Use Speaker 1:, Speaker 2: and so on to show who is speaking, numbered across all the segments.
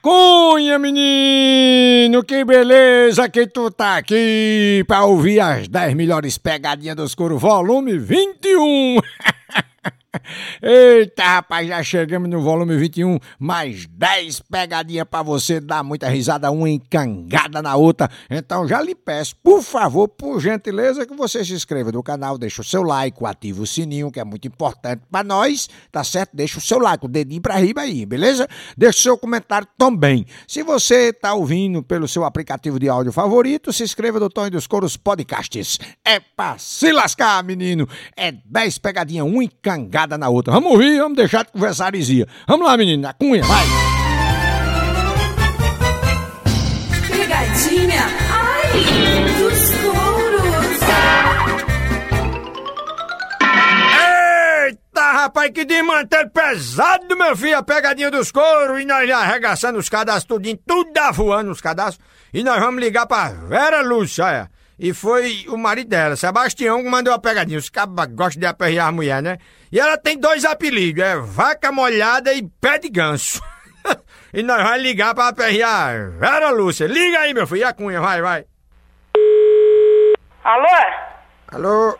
Speaker 1: Cunha, menino, que beleza que tu tá aqui pra ouvir as 10 melhores pegadinhas dos couro, volume 21. Eita, rapaz, já chegamos no volume 21, mais 10 pegadinhas pra você dar muita risada, uma encangada na outra. Então já lhe peço, por favor, por gentileza, que você se inscreva no canal, deixa o seu like, ativa o sininho, que é muito importante pra nós, tá certo? Deixa o seu like, o dedinho pra riba aí, beleza? Deixa o seu comentário também. Se você tá ouvindo pelo seu aplicativo de áudio favorito, se inscreva no Tony dos Coros Podcasts. É pra se lascar, menino! É 10 pegadinhas, uma encangada na outra. Vamos ouvir, vamos deixar de conversar heresia. Vamos lá, menina, cunha, vai.
Speaker 2: Pegadinha, ai, dos touros.
Speaker 1: Eita, rapaz, que desmantelho pesado, meu filho. A pegadinha dos couro. E nós já arregaçando os cadastros tudinho, tudo dá voando os cadastros. E nós vamos ligar pra Vera Lúcia. é. E foi o marido dela, Sebastião, que mandou a pegadinha. Os cabas gostam de aperrear a mulher, né? E ela tem dois apelidos, é vaca molhada e pé de ganso. e nós vamos ligar pra aperrear a Vera Lúcia. Liga aí, meu filho. E a cunha, vai, vai.
Speaker 3: Alô?
Speaker 1: Alô?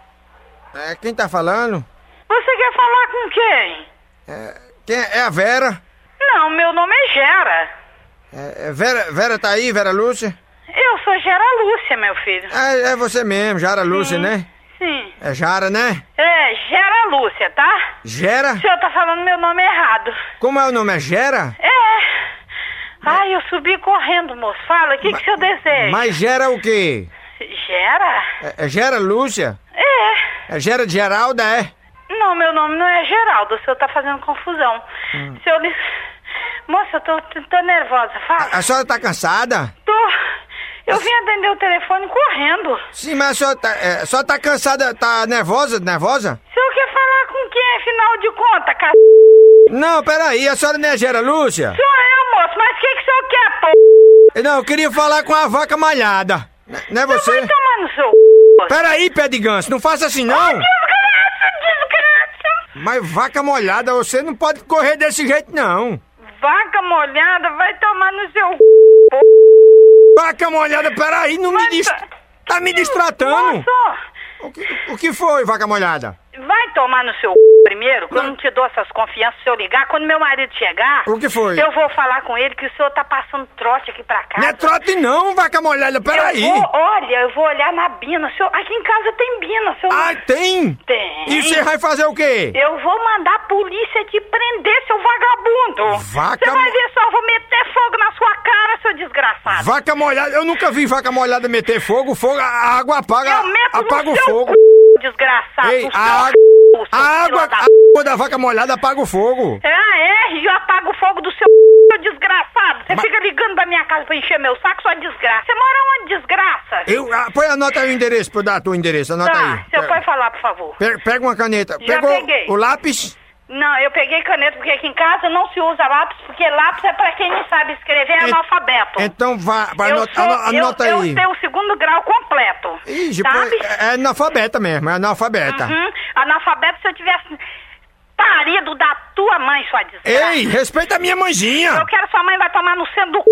Speaker 1: É, quem tá falando?
Speaker 3: Você quer falar com quem?
Speaker 1: Quem é, é a Vera?
Speaker 3: Não, meu nome é Gera.
Speaker 1: É, é Vera, Vera tá aí, Vera Lúcia?
Speaker 3: Eu sou Gera Lúcia, meu filho.
Speaker 1: É, é você mesmo, Jara Lúcia, né?
Speaker 3: Sim.
Speaker 1: É Jara, né?
Speaker 3: É, Gera Lúcia, tá?
Speaker 1: Gera?
Speaker 3: O senhor tá falando meu nome errado.
Speaker 1: Como é o nome? É Gera?
Speaker 3: É. Ai, eu subi correndo, moço. Fala, o que, que o senhor deseja?
Speaker 1: Mas Gera é o quê?
Speaker 3: Gera?
Speaker 1: É, é Gera Lúcia?
Speaker 3: É.
Speaker 1: É Gera de Geralda, é?
Speaker 3: Não, meu nome não é Geraldo. O senhor tá fazendo confusão.
Speaker 1: Hum.
Speaker 3: Se Seu li... Moça, eu tô, tô nervosa. Fala.
Speaker 1: A senhora tá cansada?
Speaker 3: Tô... Eu vim atender o telefone correndo.
Speaker 1: Sim, mas a senhora tá, é, a senhora tá cansada, tá nervosa, nervosa?
Speaker 3: O senhor quer falar com quem, afinal de conta, cara?
Speaker 1: Não, peraí, a senhora não é Gera Lúcia?
Speaker 3: Sou eu, moço, mas o que, é, que o senhor quer, pô?
Speaker 1: Não, eu queria falar com a vaca malhada. N- Não é você?
Speaker 3: Vai tomar no seu
Speaker 1: Peraí, pé de ganso, não faça assim não!
Speaker 3: Desgraça, desgraça!
Speaker 1: Mas vaca molhada, você não pode correr desse jeito, não.
Speaker 3: Vaca molhada vai tomar no seu
Speaker 1: Vaca molhada, peraí, não me
Speaker 3: Mas,
Speaker 1: dis...
Speaker 3: tá-
Speaker 1: Tá me distratando.
Speaker 3: Moço,
Speaker 1: O que, o que foi, vaca molhada?
Speaker 3: vai tomar no seu primeiro, que eu não te dou essas confianças se eu ligar. Quando meu marido chegar,
Speaker 1: Hum. O que foi?
Speaker 3: Eu vou falar com ele que o senhor tá passando trote aqui pra casa.
Speaker 1: Não é trote não, vaca molhada, peraí.
Speaker 3: Eu vou, olha, eu vou olhar na Bina. Seu, aqui em casa tem Bina, seu.
Speaker 1: Ah, tem?
Speaker 3: Tem.
Speaker 1: E você vai fazer o quê?
Speaker 3: Eu vou mandar a polícia te prender, seu vagabundo!
Speaker 1: Vaca
Speaker 3: Você vai
Speaker 1: mo-
Speaker 3: ver só, eu vou meter fogo na sua cara, seu desgraçado!
Speaker 1: Vaca molhada, eu nunca vi vaca molhada meter fogo, fogo, a água apaga,
Speaker 3: Eu meto
Speaker 1: apaga
Speaker 3: no
Speaker 1: o
Speaker 3: seu
Speaker 1: fogo.
Speaker 3: c... desgraçado!
Speaker 1: Ei,
Speaker 3: o seu
Speaker 1: a, água-
Speaker 3: c... seu
Speaker 1: a água,
Speaker 3: fila da-
Speaker 1: a água da vaca molhada apaga o fogo.
Speaker 3: Ah, é? E eu apago o fogo do seu seu desgraçado! Você
Speaker 1: Mas-
Speaker 3: fica ligando pra minha casa pra encher meu saco, sua desgraça! Você mora onde, desgraça?
Speaker 1: Eu, ah, põe, anota aí o endereço, pra eu dar o teu endereço, anota aí.
Speaker 3: É. Tá, você
Speaker 1: Pe-
Speaker 3: pode falar, por favor.
Speaker 1: pe- Pega uma caneta.
Speaker 3: Já
Speaker 1: Pegou
Speaker 3: peguei.
Speaker 1: o lápis?
Speaker 3: Não, eu peguei caneta porque aqui em casa não se usa lápis, porque lápis é pra quem não sabe escrever, é
Speaker 1: En-
Speaker 3: analfabeto.
Speaker 1: Então vá, vai,
Speaker 3: eu
Speaker 1: anota,
Speaker 3: sou-
Speaker 1: ano- anota
Speaker 3: eu,
Speaker 1: aí.
Speaker 3: Eu tenho o segundo grau completo.
Speaker 1: Ih,
Speaker 3: sabe?
Speaker 1: pô, é, é analfabeta mesmo, é analfabeta.
Speaker 3: Uhum. Analfabeto se eu tivesse parido da tua mãe, sua desgraça.
Speaker 1: Ei, respeita a minha mãezinha.
Speaker 3: Eu quero sua mãe vai tomar no centro do c.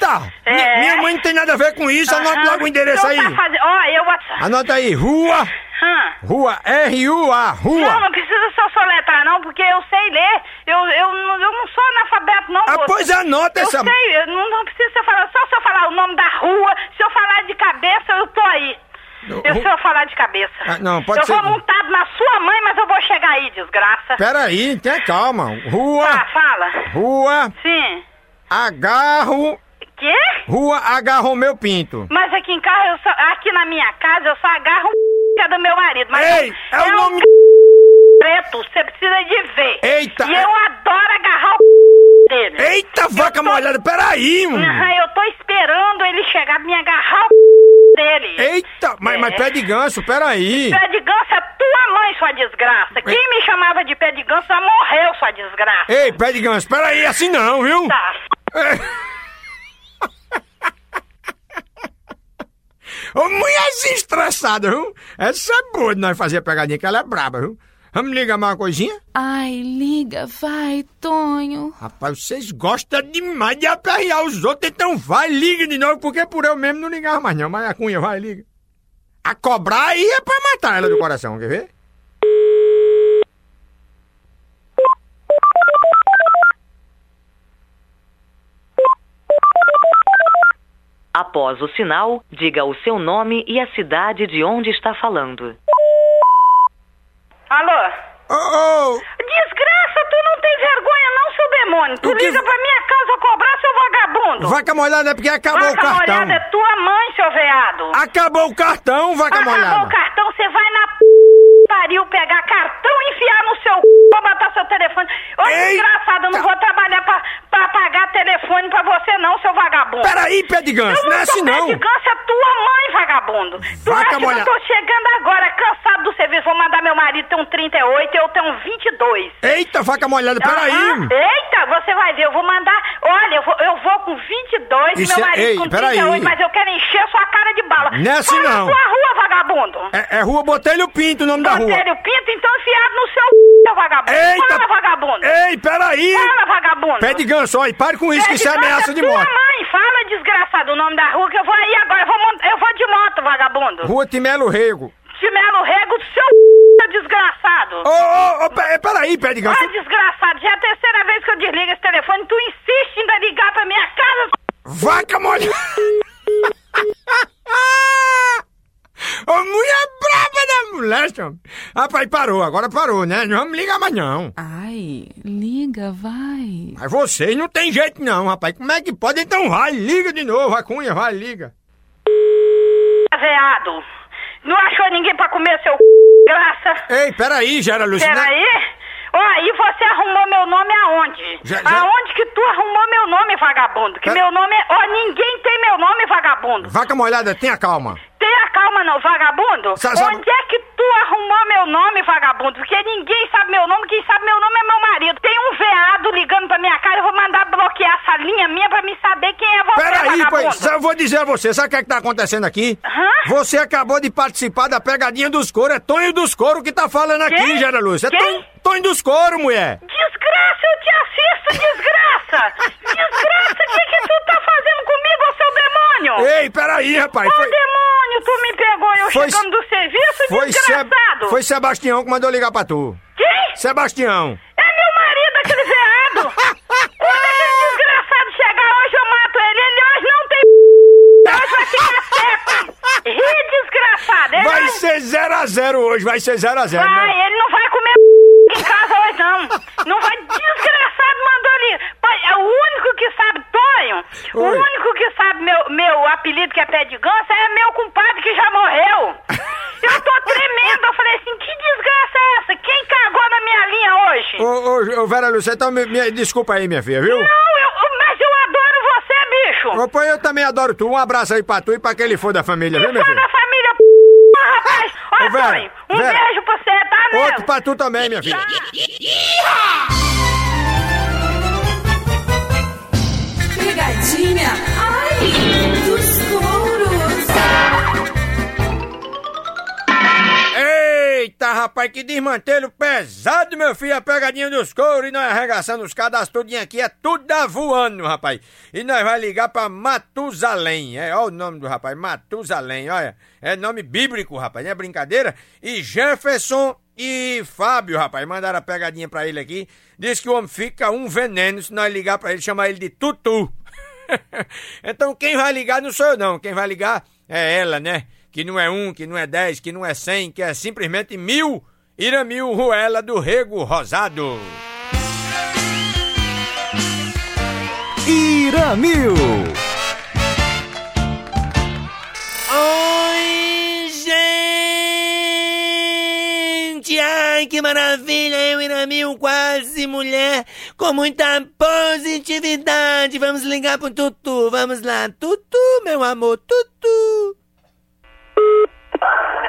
Speaker 1: Tá.
Speaker 3: É.
Speaker 1: Minha- Minha mãe não tem nada a ver com isso, anota
Speaker 3: Aham.
Speaker 1: logo o endereço
Speaker 3: Então
Speaker 1: aí.
Speaker 3: Tá faze- Ó, eu.
Speaker 1: Anota aí, rua,
Speaker 3: Hã?
Speaker 1: rua, R-U-A,
Speaker 3: Não,
Speaker 1: rua.
Speaker 3: não precisa só soletrar, não, porque eu sei ler. Eu, eu, não- eu não sou analfabeto, não.
Speaker 1: Ah,
Speaker 3: moço.
Speaker 1: pois anota
Speaker 3: Eu
Speaker 1: essa...
Speaker 3: sei, eu não, não precisa você falar. Só se eu falar o nome da rua, se eu falar de cabeça, eu tô aí.
Speaker 1: Não,
Speaker 3: Eu,
Speaker 1: ru-
Speaker 3: se eu falar de cabeça.
Speaker 1: Ah, não, pode
Speaker 3: eu
Speaker 1: ser-
Speaker 3: vou montado na sua mãe, mas eu vou chegar aí, desgraça.
Speaker 1: Peraí, tenha calma.
Speaker 3: Tá,
Speaker 1: Rua,
Speaker 3: fala.
Speaker 1: rua,
Speaker 3: Sim.
Speaker 1: agarro,
Speaker 3: Quê?
Speaker 1: rua, agarro meu pinto.
Speaker 3: Mas aqui em casa, eu só, aqui na minha casa, eu só agarro o c... do meu marido. Mas
Speaker 1: Ei, é o
Speaker 3: um
Speaker 1: nome...
Speaker 3: c... preto, você precisa de ver.
Speaker 1: Eita,
Speaker 3: E
Speaker 1: é-
Speaker 3: eu adoro agarrar o c... dele.
Speaker 1: Eita, Tá vaca molhada, peraí, mano.
Speaker 3: Aham, eu tô esperando ele chegar pra me agarrar o c... dele. É.
Speaker 1: Eita, mas, mas pé de ganso, peraí.
Speaker 3: Pé de ganso é tua mãe, sua desgraça. Quem me chamava de pé de ganso já morreu, sua desgraça.
Speaker 1: Ei, pé de ganso, peraí, assim não, viu?
Speaker 3: Tá.
Speaker 1: Ô, mulherzinha estressada, viu? Essa é boa de nós fazer a pegadinha, que ela é braba, viu? Vamos ligar mais uma coisinha?
Speaker 4: Ai, liga, vai, Tonho.
Speaker 1: Rapaz, vocês gostam demais de aperrear os outros, então vai, liga de novo, porque por eu mesmo não ligava mais não. Mas a cunha, vai, liga. A cobrar aí é pra matar ela do coração, quer ver?
Speaker 5: Após o sinal, diga o seu nome e a cidade de onde está falando.
Speaker 3: Alô?
Speaker 1: Ô, ô,
Speaker 3: Desgraça, tu não tem vergonha não, seu demônio. Tu
Speaker 1: O que-
Speaker 3: liga pra minha casa cobrar, seu vagabundo.
Speaker 1: vaca molhada é porque acabou o
Speaker 3: Vaca
Speaker 1: cartão.
Speaker 3: molhada é tua mãe, seu veado.
Speaker 1: Acabou o cartão, vaca
Speaker 3: Acabou o
Speaker 1: molhada.
Speaker 3: cartão, você vai na p... pariu pegar cartão e enfiar no seu c... pra matar seu telefone. Ô,
Speaker 1: Eita!
Speaker 3: desgraçado, eu não vou trabalhar pra, pra pagar telefone pra você não, seu vagabundo.
Speaker 1: Peraí, pé de ganso, não é assim não.
Speaker 3: Vingança é tua mãe, vagabundo. Tu
Speaker 1: Vaca
Speaker 3: acha
Speaker 1: molhada.
Speaker 3: que eu tô chegando agora, cansado do serviço, vou mandar meu marido ter um 38 e eu tenho um 22.
Speaker 1: Eita, vaca molhada,
Speaker 3: Aham.
Speaker 1: peraí.
Speaker 3: Então, ah, Eita, você vai ver, eu vou mandar. Olha, eu vou, eu vou com 22,
Speaker 1: Isso é-
Speaker 3: meu marido
Speaker 1: ei,
Speaker 3: com
Speaker 1: peraí.
Speaker 3: 38, mas eu quero encher sua cara de bala.
Speaker 1: Não é assim,
Speaker 3: Fala
Speaker 1: não.
Speaker 3: na sua rua, vagabundo.
Speaker 1: É, é rua Botelho Pinto o nome da rua.
Speaker 3: Antônio Pinto, então enfiado no seu seu vagabundo.
Speaker 1: Eita!
Speaker 3: Fala, vagabundo.
Speaker 1: Ei, peraí!
Speaker 3: Fala, vagabundo.
Speaker 1: Pé de ganso, olha, pare com isso que isso é
Speaker 3: Pede
Speaker 1: ameaça de
Speaker 3: tua
Speaker 1: morte.
Speaker 3: mãe, fala, desgraçado, o nome da rua que eu vou aí agora. Eu vou, mont- eu vou de moto, vagabundo.
Speaker 1: Rua Timelo Rego.
Speaker 3: Timelo Rego, seu desgraçado.
Speaker 1: Ô, ô, ô, pe- é, peraí, pé de ganso.
Speaker 3: Ah, desgraçado, já é a terceira vez que eu desligo esse telefone. Tu insiste em ainda ligar pra minha casa.
Speaker 1: Vaca molhada! Ô, mulher brava da mulher, senhor. Rapaz, parou, agora parou, né? Não vamos ligar mais não.
Speaker 4: Ai, liga, vai.
Speaker 1: Mas vocês não tem jeito não, rapaz. Como é que pode? Então vai, liga de novo, a cunha, vai, liga.
Speaker 3: c****, Veado. Não achou ninguém pra comer, seu c****, graça?
Speaker 1: Ei, peraí, Gera né? Lucina.
Speaker 3: Peraí. Ó, e você arrumou meu nome aonde?
Speaker 1: Já- já-
Speaker 3: Aonde que tu arrumou meu nome, vagabundo? Que
Speaker 1: Pe-
Speaker 3: meu nome é... Ó, ninguém tem meu nome, vagabundo.
Speaker 1: Vaca molhada, tenha calma.
Speaker 3: Tenha calma não, vagabundo.
Speaker 1: Sa- sabe-
Speaker 3: Onde é que tu arrumou meu nome, vagabundo? Porque ninguém sabe meu nome, quem sabe meu nome é meu marido. Tem um veado ligando pra minha cara, eu vou mandar bloquear essa linha minha pra me saber quem é você,
Speaker 1: Peraí,
Speaker 3: vagabundo.
Speaker 1: pois, eu vou dizer a você, sabe o que é que tá acontecendo aqui?
Speaker 3: Hã?
Speaker 1: Você acabou de participar da pegadinha dos couro, é Tonho dos couro que tá falando aqui,
Speaker 3: Quem?
Speaker 1: Gera Luz. É
Speaker 3: Quem?
Speaker 1: Tonho, Tonho dos couro, mulher.
Speaker 3: Desgraça, eu te assisto, desgraça! Desgraça, o que que tu tá fazendo comigo, ô seu demônio?
Speaker 1: Ei, peraí, rapaz.
Speaker 3: Ô
Speaker 1: Foi,
Speaker 3: demônio, tu me pegou eu
Speaker 1: Foi-
Speaker 3: chegando do serviço,
Speaker 1: foi, Seb-
Speaker 3: desgraçado!
Speaker 1: foi Sebastião que mandou ligar pra tu.
Speaker 3: Quem?
Speaker 1: Sebastião.
Speaker 3: É meu marido, aquele veado! Quando aquele um desgraçado chegar hoje, eu mato ele. Ele hoje não tem... Hoje vai ficar certo! Ih, desgraçado! Ele
Speaker 1: Vai
Speaker 3: hoje-
Speaker 1: ser 0x0 hoje, vai ser 0x0. Zero né?
Speaker 3: Vai, Ah, ele não vai comer em casa hoje, não. Não vai, desgraçado, mandou ali. Pai, é o único que sabe, Tonho, o
Speaker 1: Oi.
Speaker 3: único que sabe meu, meu apelido que é pé de ganso é meu compadre que já morreu. Eu tô tremendo, eu falei assim, que desgraça é essa? Quem cagou na minha linha hoje?
Speaker 1: Ô, ô, ô, Vera Luz, você tá me, me- desculpa aí, minha filha, viu?
Speaker 3: Não, eu, mas eu adoro você, É, bicho.
Speaker 1: Ô, pô, eu também adoro tu. Um abraço aí pra tu e pra aquele for da família, viu, minha
Speaker 3: Sou é da
Speaker 1: filha?
Speaker 3: família p****, rapaz. Ó,
Speaker 1: Ô, Vera,
Speaker 3: Tonho, um
Speaker 1: Vera.
Speaker 3: beijo pra você, tá, nego?
Speaker 1: Outro pra tu também, minha filha.
Speaker 2: Pegadinha, ai, dos touros.
Speaker 1: Eita, rapaz, que desmantelho pesado, meu filho. A pegadinha dos couros e nós arregaçando os cadastros tudinho aqui. É tudo da voando, rapaz. E nós vai ligar pra Matusalém. É, olha o nome do rapaz, Matusalém, olha. É nome bíblico, rapaz, não é brincadeira? E Jefferson e Fábio, rapaz, mandaram a pegadinha pra ele aqui. Diz que o homem fica um veneno se nós ligar pra ele, chamar ele de Tutu. então quem vai ligar não sou eu não, quem vai ligar é ela, né? Que não é um, que não é dez, que não é cem, que é simplesmente mil. Iramil Ruela do Rego Rosado.
Speaker 6: Iramil.
Speaker 1: Oi, gente! Ai, que maravilha! Eu, Iramil, quase mulher, com muita positividade. Vamos ligar pro Tutu, vamos lá. Tutu, meu amor, Tutu.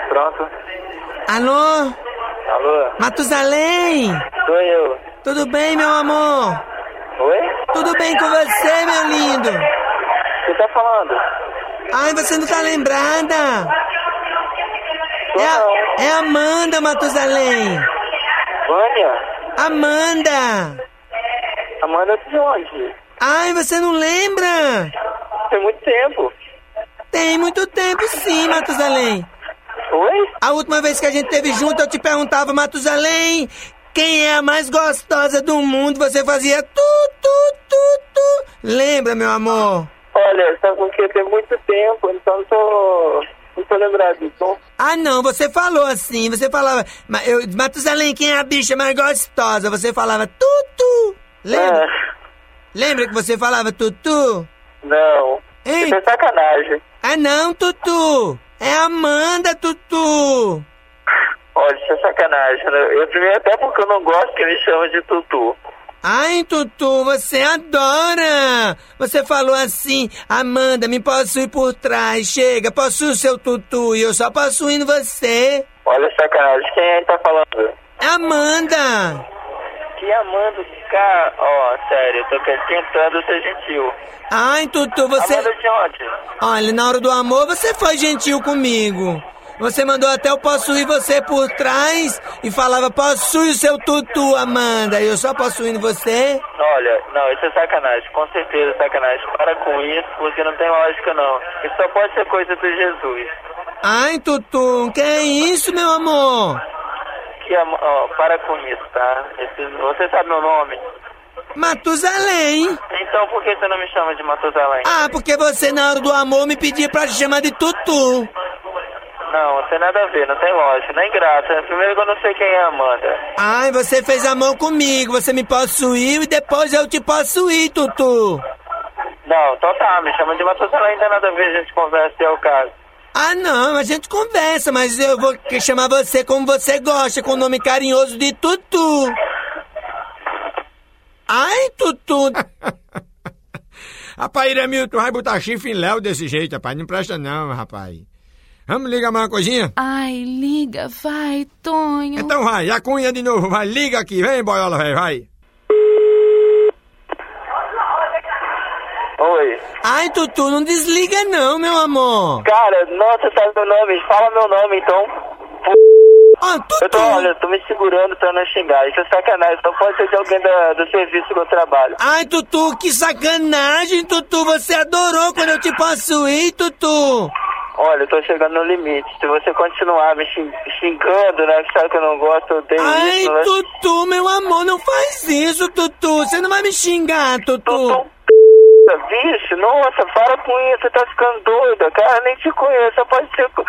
Speaker 7: Pronto.
Speaker 6: Alô,
Speaker 7: Alô?
Speaker 6: Matusalém?
Speaker 7: Sou eu.
Speaker 6: Tudo bem, meu amor?
Speaker 7: Oi?
Speaker 6: Tudo bem com você, meu lindo?
Speaker 7: Você tá falando?
Speaker 6: Ai, você não tá lembrada?
Speaker 7: Sou
Speaker 6: É
Speaker 7: não.
Speaker 6: a, é a Amanda, Matusalém.
Speaker 7: Vânia?
Speaker 6: Amanda!
Speaker 7: Amanda é de onde?
Speaker 6: Ai, você não lembra?
Speaker 7: Tem muito tempo.
Speaker 6: Tem muito tempo sim, Matusalém.
Speaker 7: Oi?
Speaker 6: A última vez que a gente teve junto, eu te perguntava, Matusalém, quem é a mais gostosa do mundo? Você fazia tu, tu, tu, tu. Lembra, meu amor?
Speaker 7: Olha, sabe porque tem muito tempo, então não tô, não tô lembrado então. disso. não.
Speaker 6: Ah, não, você falou assim, você falava, "Ma- eu, Matusalém, quem é a bicha mais gostosa? Você falava tu, tu. Lembra?
Speaker 7: Ah,
Speaker 6: Lembra que você falava tu, tu?
Speaker 7: não.
Speaker 6: Ei.
Speaker 7: Isso é sacanagem.
Speaker 6: Ah, não, Tutu. É Amanda, Tutu.
Speaker 7: Olha, isso é sacanagem. né? Eu primeiro até porque eu não gosto que me chamam de Tutu.
Speaker 6: Ai, Tutu, você adora! Você falou assim, Amanda, me possui por trás, chega, possuo seu tutu e eu só possuindo você.
Speaker 7: Olha a sacanagem. Quem é que tá falando?
Speaker 6: Amanda!
Speaker 7: Que amando ficar. Ó, sério, eu tô tentando ser gentil.
Speaker 6: Ai, Tutu, você.
Speaker 7: Amanda de onde?
Speaker 6: Olha, na hora do amor você foi gentil comigo. Você mandou até eu possuir você por trás e falava, possui o seu tutu, Amanda, e eu só possuindo você.
Speaker 7: Olha, não, isso é sacanagem, com certeza é sacanagem. Para com isso, porque não tem lógica não. Isso só pode ser coisa de Jesus.
Speaker 6: Ai, Tutu, que é isso, meu amor?
Speaker 7: Que am... ó, para com isso, tá? Esse- Você sabe meu nome?
Speaker 6: Matusalém!
Speaker 7: Então por que você não me chama de Matusalém?
Speaker 6: Ah, porque você na hora do amor me pedia pra te chamar de Tutu.
Speaker 7: Não, não tem nada a ver, não tem lógica, nem graça. Primeiro que eu não sei quem é a Amanda.
Speaker 6: Ai, você fez amor comigo, você me possuiu e depois eu te possuí, Tutu.
Speaker 7: Não, então tá, me chama de Matusalém, não tem nada a ver, a gente conversa se é o caso.
Speaker 6: Ah, não, a gente conversa, mas eu vou que- chamar você como você gosta, com o nome carinhoso de Tutu. Ai, Tutu.
Speaker 1: Rapaz, Iramilton, vai botar chifre em Léo desse jeito, rapaz. Não presta não, rapaz. Vamos ligar mais uma coisinha?
Speaker 4: Ai, liga, vai, Tonho.
Speaker 1: Então vai, a cunha de novo, vai, liga aqui, vem, boiola, velho, vai.
Speaker 7: Oi.
Speaker 6: Ai, Tutu, não desliga não, meu amor.
Speaker 7: Cara, nossa, sabe meu nome? Fala meu nome então.
Speaker 6: Ó,
Speaker 7: Eu tô, olha,
Speaker 6: Ah, Tutu.
Speaker 7: eu tô me segurando pra não xingar. Isso é sacanagem. Só pode ser de alguém da- do serviço que eu trabalho.
Speaker 6: Ai, Tutu, que sacanagem, Tutu. Você adorou quando eu te possuí, Tutu.
Speaker 7: Olha, eu tô chegando no limite. Se você continuar me xin- xingando, né? Que sabe que eu não gosto, eu odeio
Speaker 6: Ai,
Speaker 7: isso, né?
Speaker 6: Tutu, meu amor, não faz isso, Tutu. Você não vai me xingar,
Speaker 7: Tutu,
Speaker 6: Tutu.
Speaker 7: p***, Bicho, nossa, para com isso. Você tá ficando doida, cara. tá? Nem te conheço. Só pode ser... co-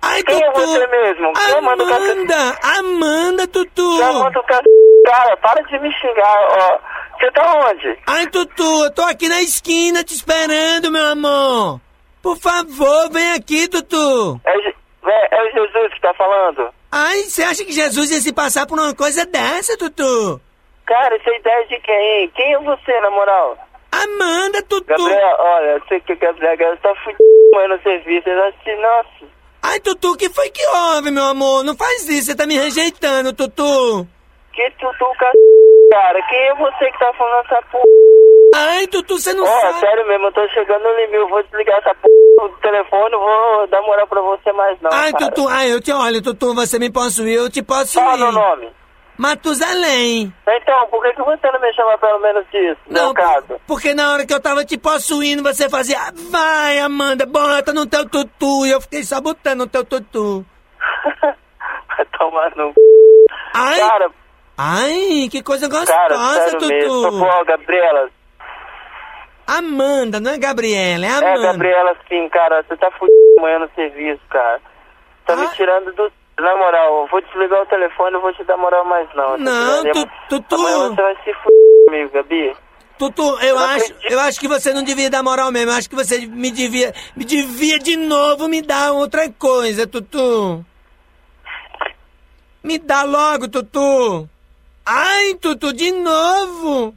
Speaker 6: Ai,
Speaker 7: Quem é você mesmo? Quem manda o cacete?
Speaker 6: Amanda, Amanda, Tutu.
Speaker 7: Já manda o Tá cara. Cara, para de me xingar, ó. Você tá onde?
Speaker 6: Ai, Tutu, eu tô aqui na esquina te esperando, meu amor. Por favor, vem aqui, Tutu.
Speaker 7: É, Je- é, é Jesus que tá falando?
Speaker 6: Ai, você acha que Jesus ia se passar por uma coisa dessa, Tutu?
Speaker 7: Cara, isso é ideia de quem? hein? Quem é você, na moral?
Speaker 6: Amanda, Tutu.
Speaker 7: Gabriel, olha, eu sei que o Gabriel agora tá fudido mano, no serviço. Eu acho nossa.
Speaker 6: Ai, Tutu, que foi que houve, meu amor? Não faz isso, você tá me rejeitando, Tutu.
Speaker 7: Que tutu, c... cara. Quem é você que tá falando essa porra?
Speaker 6: Ai, Tutu, você não
Speaker 7: Ó,
Speaker 6: sabe.
Speaker 7: sério mesmo, eu tô chegando no limite. Eu vou desligar essa porra do telefone. Não vou dar moral pra você mais, não.
Speaker 6: Ai,
Speaker 7: cara.
Speaker 6: Tutu, ai, então ah, eu te olho, Tutu, você me possuiu, eu te possuí.
Speaker 7: Fala meu nome.
Speaker 6: Matusalém.
Speaker 7: Então, por que, que você não me chama pelo menos disso? Não, caso.
Speaker 6: porque na hora que eu tava te possuindo, você fazia, "Ah, vai, Amanda, bota no teu tutu, e eu fiquei só botando no teu tutu.
Speaker 7: Vai tomar no c...
Speaker 6: Ai,
Speaker 7: Cara,
Speaker 6: ai, que coisa
Speaker 7: cara,
Speaker 6: gostosa,
Speaker 7: sério
Speaker 6: Tutu.
Speaker 7: mesmo. Tô boa, Gabriela.
Speaker 6: Amanda, não é Gabriela, é
Speaker 7: É,
Speaker 6: Amanda.
Speaker 7: Gabriela, sim, cara. Você tá fudido amanhã no serviço, cara. Tá me
Speaker 6: Ah.
Speaker 7: tirando do. Na moral, eu vou desligar o telefone, não vou te dar moral mais, não.
Speaker 6: Não,
Speaker 7: Tá
Speaker 6: tu-
Speaker 7: ligado?
Speaker 6: tu- tu-
Speaker 7: Amanhã você vai se fuder comigo, Gabi.
Speaker 6: Tutu, eu
Speaker 7: não
Speaker 6: acho,
Speaker 7: acredito.
Speaker 6: eu acho que você não devia dar moral mesmo, eu acho que você me devia, me devia de novo me dar outra coisa, Tutu. Me dá logo, Tutu. Ai, Tutu, de novo.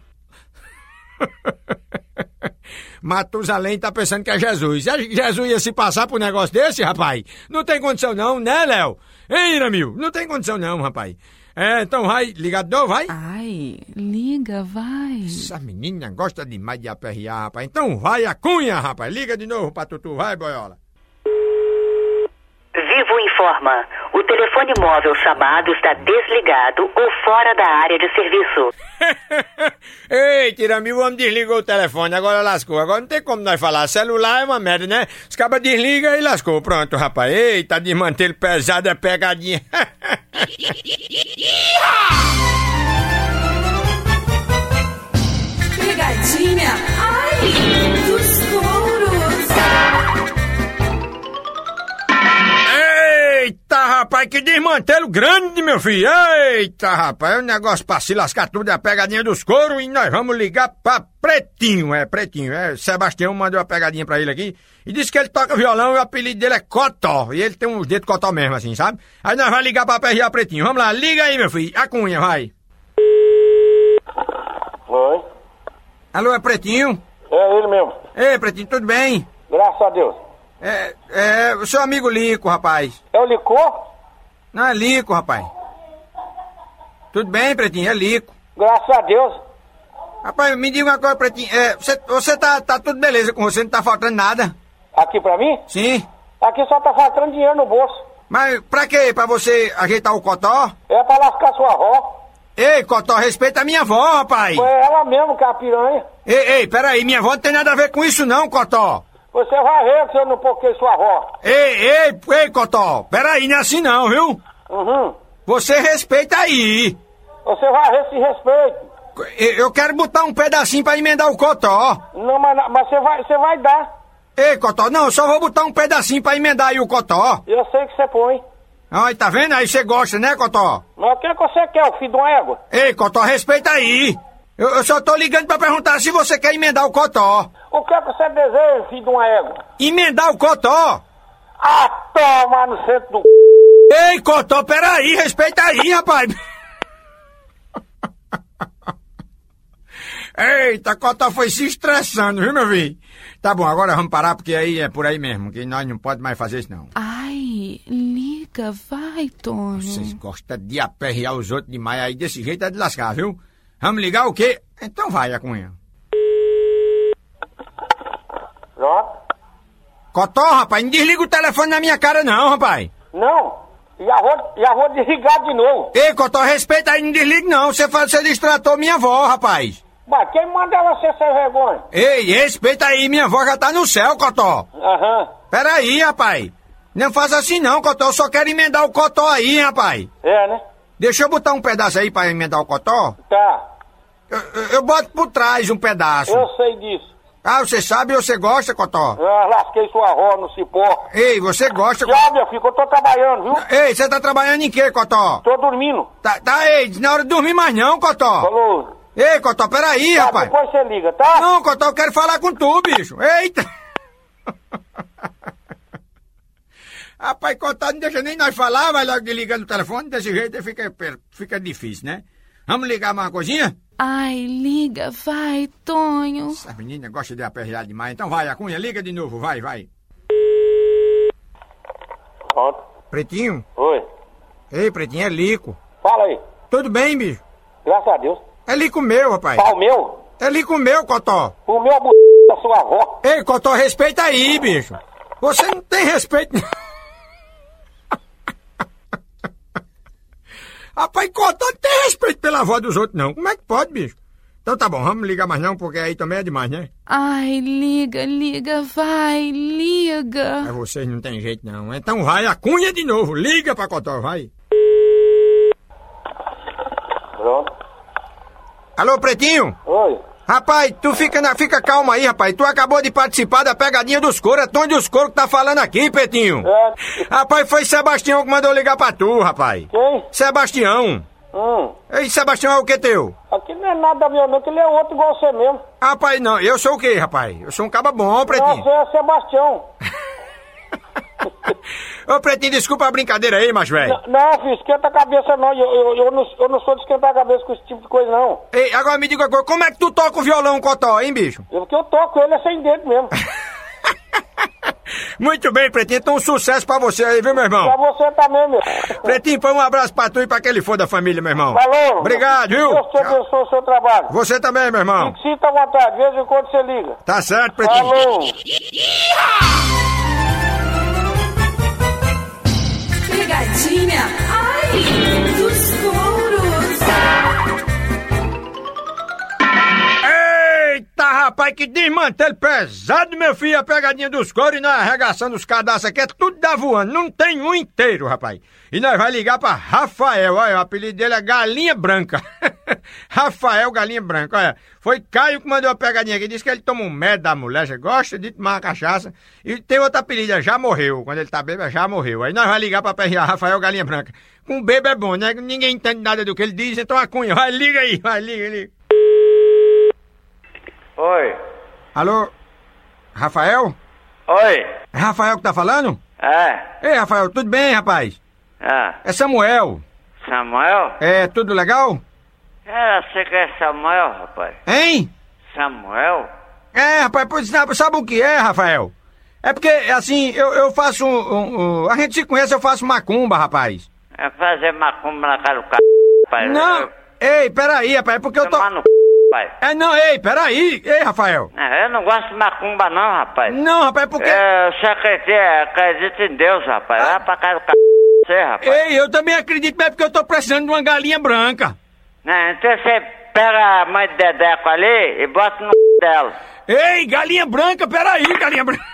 Speaker 1: Matusalém tá pensando que é Jesus. Je- Jesus ia se passar por um negócio desse, rapaz? Não tem condição não, né, Léo? Hein, Iramil? Não tem condição não, rapaz. É, então vai, ligar de novo, vai.
Speaker 4: Ai, liga, vai.
Speaker 1: Essa menina gosta demais de aperrear, rapaz. Então vai a cunha, rapaz. Liga de novo pra Tutu, vai, boiola.
Speaker 7: Viu?
Speaker 8: Vivo informa. O telefone móvel chamado está desligado ou fora da área de serviço.
Speaker 1: Ei, Tirami, o homem desligou o telefone, agora lascou. Agora não tem como nós falar. Celular é uma merda, né? Os cabas desligam e lascou. Pronto, rapaz. Eita, de manter pesado é pegadinha.
Speaker 2: Pegadinha, ai, dos touros.
Speaker 1: Eita, rapaz, que desmantelo grande, meu filho. Eita, rapaz, o negócio pra se lascar tudo é a pegadinha dos couro e nós vamos ligar pra Pretinho, é, Pretinho, é. Sebastião mandou a pegadinha pra ele aqui e disse que ele toca violão e o apelido dele é Cotó. E ele tem uns dedos Cotó mesmo, assim, sabe? Aí nós vamos ligar pra PRA Pretinho. Vamos lá, liga aí, meu filho. A cunha, vai.
Speaker 7: Oi?
Speaker 1: Alô, é Pretinho?
Speaker 7: É ele mesmo.
Speaker 1: Ei, Pretinho, tudo bem?
Speaker 7: Graças a Deus.
Speaker 1: É, é, o seu amigo Lico, rapaz.
Speaker 7: É o licor?
Speaker 1: Não é Lico, rapaz. Tudo bem, Pretinho, é Lico.
Speaker 7: Graças a Deus.
Speaker 1: Rapaz, me diga uma coisa, Pretinho. É, você você tá, tá tudo beleza com você, não tá faltando nada?
Speaker 7: Aqui pra mim?
Speaker 1: Sim.
Speaker 7: Aqui só tá faltando dinheiro no bolso.
Speaker 1: Mas pra quê? Pra você ajeitar o cotó?
Speaker 7: É pra lascar sua avó.
Speaker 1: Ei, cotó, respeita a minha avó, rapaz.
Speaker 7: Foi ela mesmo que é a piranha.
Speaker 1: Ei, ei, peraí, minha avó não tem nada a ver com isso não, cotó.
Speaker 7: Você vai ver que eu não pouquei sua avó.
Speaker 1: Ei, ei, ei, cotó, peraí, não é assim não, viu?
Speaker 7: Uhum.
Speaker 1: Você respeita aí.
Speaker 7: Você vai ver se respeito.
Speaker 1: Eu eu quero botar um pedacinho pra emendar o cotó.
Speaker 7: Não, mas, mas você, vai, você vai dar.
Speaker 1: Ei, cotó, não, eu só vou botar um pedacinho pra emendar aí o cotó.
Speaker 7: Eu sei que você põe.
Speaker 1: Ai, tá vendo? Aí você gosta, né, cotó?
Speaker 7: Mas o que, que você quer, o filho de uma égua?
Speaker 1: Ei, Cotó, respeita aí. Eu, eu só tô ligando pra perguntar se você quer emendar o Cotó.
Speaker 7: O que, que você deseja, filho de uma égua?
Speaker 1: Emendar o Cotó?
Speaker 7: Ah, toma no centro do c...
Speaker 1: Ei, Cotó, peraí, respeita aí, rapaz. Eita, Cotó foi se estressando, viu, meu filho? Tá bom, agora vamos parar, porque aí é por aí mesmo, que nós não podemos mais fazer isso, não.
Speaker 4: Ai, liga, vai,
Speaker 1: Vocês
Speaker 4: Tonho.
Speaker 1: gostam de aperrear os outros demais aí, desse jeito é de lascar, viu? Vamos ligar o quê? Então vai, a cunha.
Speaker 7: Não?
Speaker 1: Cotó, rapaz, não desliga o telefone na minha cara não, rapaz.
Speaker 7: Não. Já vou, já vou desligar de novo.
Speaker 1: Ei, Cotó, respeita aí, não desliga não. Você, fa- você distratou minha avó, rapaz.
Speaker 7: Mas quem manda você ser vergonha?
Speaker 1: Ei, respeita aí, minha avó já tá no céu, Cotó.
Speaker 7: Aham.
Speaker 1: Peraí, rapaz. Não faça assim não, Cotó. Eu só quero emendar o Cotó aí, rapaz.
Speaker 7: É, né?
Speaker 1: Deixa eu botar um pedaço aí pra emendar o Cotó.
Speaker 7: Tá.
Speaker 1: Eu, eu- eu boto por trás um pedaço.
Speaker 7: Eu sei disso.
Speaker 1: Ah, você sabe, você gosta, Cotó.
Speaker 7: Ah, lasquei sua avó no cipó.
Speaker 1: Ei, você gosta, Cotó.
Speaker 7: Tchau, meu filho, que eu tô trabalhando, viu?
Speaker 1: Ei, você tá trabalhando em quê, Cotó?
Speaker 7: Tô dormindo.
Speaker 1: Tá, tá, ei, não é hora de dormir mais não, Cotó.
Speaker 7: Falou.
Speaker 1: Ei, Cotó, peraí,
Speaker 7: Tá,
Speaker 1: rapaz.
Speaker 7: depois você liga, tá?
Speaker 1: Não, Cotó, eu quero falar com tu, bicho. Eita! Rapaz, Cotó não deixa nem nós falar, vai logo ligando o telefone, desse jeito aí fica, per- fica difícil, né? Vamos ligar mais uma coisinha?
Speaker 4: Ai, liga, vai, Tonho.
Speaker 1: Essa menina gosta de aperrear demais. Então vai, Acunha, liga de novo, vai, vai.
Speaker 7: Pronto.
Speaker 1: Pretinho?
Speaker 7: Oi.
Speaker 1: Ei, Pretinho, é Lico.
Speaker 7: Fala aí.
Speaker 1: Tudo bem, bicho?
Speaker 7: Graças a Deus.
Speaker 1: É Lico meu, rapaz.
Speaker 7: Pau meu?
Speaker 1: É Lico meu, Cotó.
Speaker 7: O meu b... da sua avó.
Speaker 1: Ei, Cotó, respeita aí, bicho. Você não tem respeito. Rapaz, Cotó não tem respeito pela voz dos outros, não. Como é que pode, bicho? Então tá bom, vamos ligar mais não, porque aí também é demais, né?
Speaker 4: Ai, liga, liga, vai,
Speaker 1: Mas
Speaker 4: liga.
Speaker 1: vocês não tem jeito, não. Então vai, a cunha de novo. Liga pra Cotó, vai.
Speaker 7: Pronto.
Speaker 1: Alô, Pretinho?
Speaker 7: Oi.
Speaker 1: Rapaz, tu fica, na, fica calma aí, rapaz. Tu acabou de participar da pegadinha dos coros. É Tom dos coros que tá falando aqui, Pretinho.
Speaker 7: É.
Speaker 1: Rapaz, foi Sebastião que mandou ligar pra tu, rapaz.
Speaker 7: Quem?
Speaker 1: Sebastião.
Speaker 7: Hum.
Speaker 1: Ei, Sebastião, é o que teu?
Speaker 7: Aqui não é nada meu, não. Aquele é outro igual você mesmo.
Speaker 1: Rapaz, não, eu sou o quê, rapaz? Eu sou um caba bom,
Speaker 7: Não,
Speaker 1: Pretinho.
Speaker 7: você é Sebastião.
Speaker 1: Ô, Pretinho, desculpa a brincadeira aí, mas velho.
Speaker 7: N- Não, filho, esquenta a cabeça não. Eu, eu, eu, não. eu não sou de esquentar a cabeça com esse tipo de coisa, não.
Speaker 1: Ei, agora me diga uma coisa, como é que tu toca o violão, Cotó, hein, bicho?
Speaker 7: Eu, porque eu toco ele é sem dedo mesmo.
Speaker 1: Muito bem, Pretinho, então um sucesso pra você aí, viu, meu
Speaker 7: pra
Speaker 1: irmão?
Speaker 7: você também, meu.
Speaker 1: Pretinho, põe um abraço pra tu e pra aquele fã da família, meu irmão.
Speaker 7: Falou.
Speaker 1: Obrigado, viu?
Speaker 7: Deus te abençoe o seu trabalho.
Speaker 1: Você também, meu irmão.
Speaker 7: Fique sinta à vontade, de vez em quando você liga.
Speaker 1: Tá certo, Pretinho?
Speaker 7: Falou.
Speaker 2: Pretinha, ai, dos couros.
Speaker 1: Eita, rapaz, que desmantelho pesado, meu filho. A pegadinha dos coros e nós arregaçando os cadastros aqui, é tudo da voando. Não tem um inteiro, rapaz. E nós vai ligar pra Rafael, olha, o apelido dele é Galinha Branca. Rafael Galinha Branca, olha. Foi Caio que mandou a pegadinha aqui, disse que ele toma um medo da mulher, já gosta de tomar uma cachaça. E tem outro apelido, é Já Morreu. Quando ele tá bêbado, é Já Morreu. Aí nós vai ligar pra PRA, Rafael Galinha Branca. Com bebo é bom, né? Ninguém entende nada do que ele diz, então a cunha. Vai, liga aí, vai, liga, liga.
Speaker 7: Oi,
Speaker 1: Alô? Rafael?
Speaker 7: oi,
Speaker 1: É Rafael que tá falando?
Speaker 7: é,
Speaker 1: Ei, Rafael, tudo bem, rapaz?
Speaker 7: ah,
Speaker 1: É Samuel.
Speaker 7: Samuel?
Speaker 1: É, tudo legal?
Speaker 7: É, você que é Samuel, rapaz?
Speaker 1: Hein?
Speaker 7: Samuel?
Speaker 1: É, rapaz, pois sabe, sabe o que é, Rafael? É porque, assim, eu, eu faço um, um- um- A gente se conhece, eu faço macumba, rapaz.
Speaker 7: É fazer macumba na cara do c... rapaz.
Speaker 1: Não! Ei, peraí, rapaz, é porque eu tô.
Speaker 7: Tomar no c... rapaz.
Speaker 1: É, não, ei, peraí! Ei, Rafael!
Speaker 7: É, eu não gosto de macumba não, rapaz.
Speaker 1: Não, rapaz, é porque. Ah.
Speaker 7: É, você acredita, acredita em Deus, rapaz. Vai pra casa do c... você, rapaz.
Speaker 1: Ei, eu também acredito, mas é porque eu tô precisando de uma galinha branca.
Speaker 7: Né, então você pega a mãe de Dedeco ali e bota no c... dela.
Speaker 1: Ei, galinha branca, peraí, galinha branca.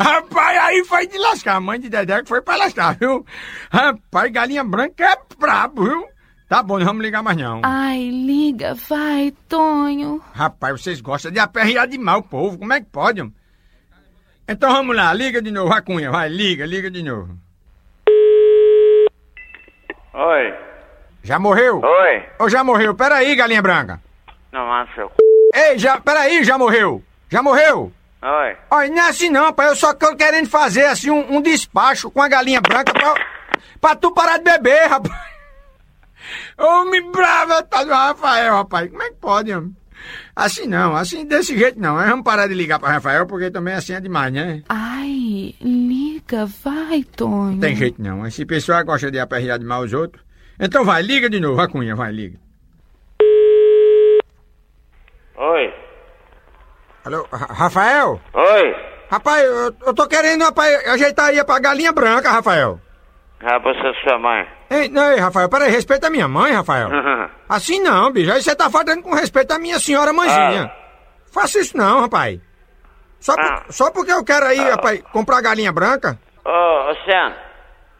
Speaker 1: Rapaz, aí foi de lascar. A mãe de Dedé que foi pra lascar, viu? Rapaz, galinha branca é brabo, viu? Tá bom, não vamos ligar mais não.
Speaker 4: Ai, liga, vai, Tonho.
Speaker 1: Rapaz, vocês gostam de aperrear demais o povo. Como é que pode? homem? Então vamos lá, liga de novo, Racunha. Vai, liga, liga de novo.
Speaker 7: Oi,
Speaker 1: Já morreu?
Speaker 7: oi.
Speaker 1: Ou já morreu? Peraí, galinha branca.
Speaker 7: Não, mano, seu c...
Speaker 1: Ei, já, peraí, já morreu? Já morreu?
Speaker 7: Oi.
Speaker 1: Olha, não é assim não, pai. Eu só tô querendo fazer assim um, um despacho com a galinha branca pra, pra tu parar de beber, rapaz. Homem bravo, tá do Rafael, rapaz. Como é que pode, homem? Assim não, assim desse jeito não. Nós Vamos parar de ligar pra Rafael, porque também assim é demais, né?
Speaker 4: Ai, liga, vai, Tonho.
Speaker 1: Não tem jeito não. Esse pessoal gosta de aperrear demais os outros. Então vai, liga de novo, Acunha, vai, liga.
Speaker 7: Oi,
Speaker 1: Alô,
Speaker 6: Ah.
Speaker 1: Ra- Rafael?
Speaker 7: oi.
Speaker 1: Rapaz, eu, eu tô querendo, rapaz, ajeitar aí pra galinha branca, Rafael.
Speaker 7: Ah, você é sua mãe.
Speaker 1: Ei, não, ei, Rafael, peraí, respeita a minha mãe, Rafael. Assim não, bicho. Aí você tá faltando com respeito à minha senhora mãezinha. Faça isso não, rapaz. Só, por-
Speaker 7: Ah.
Speaker 1: só porque eu quero aí, rapaz, comprar galinha branca,
Speaker 7: Ô, ô, Luciano.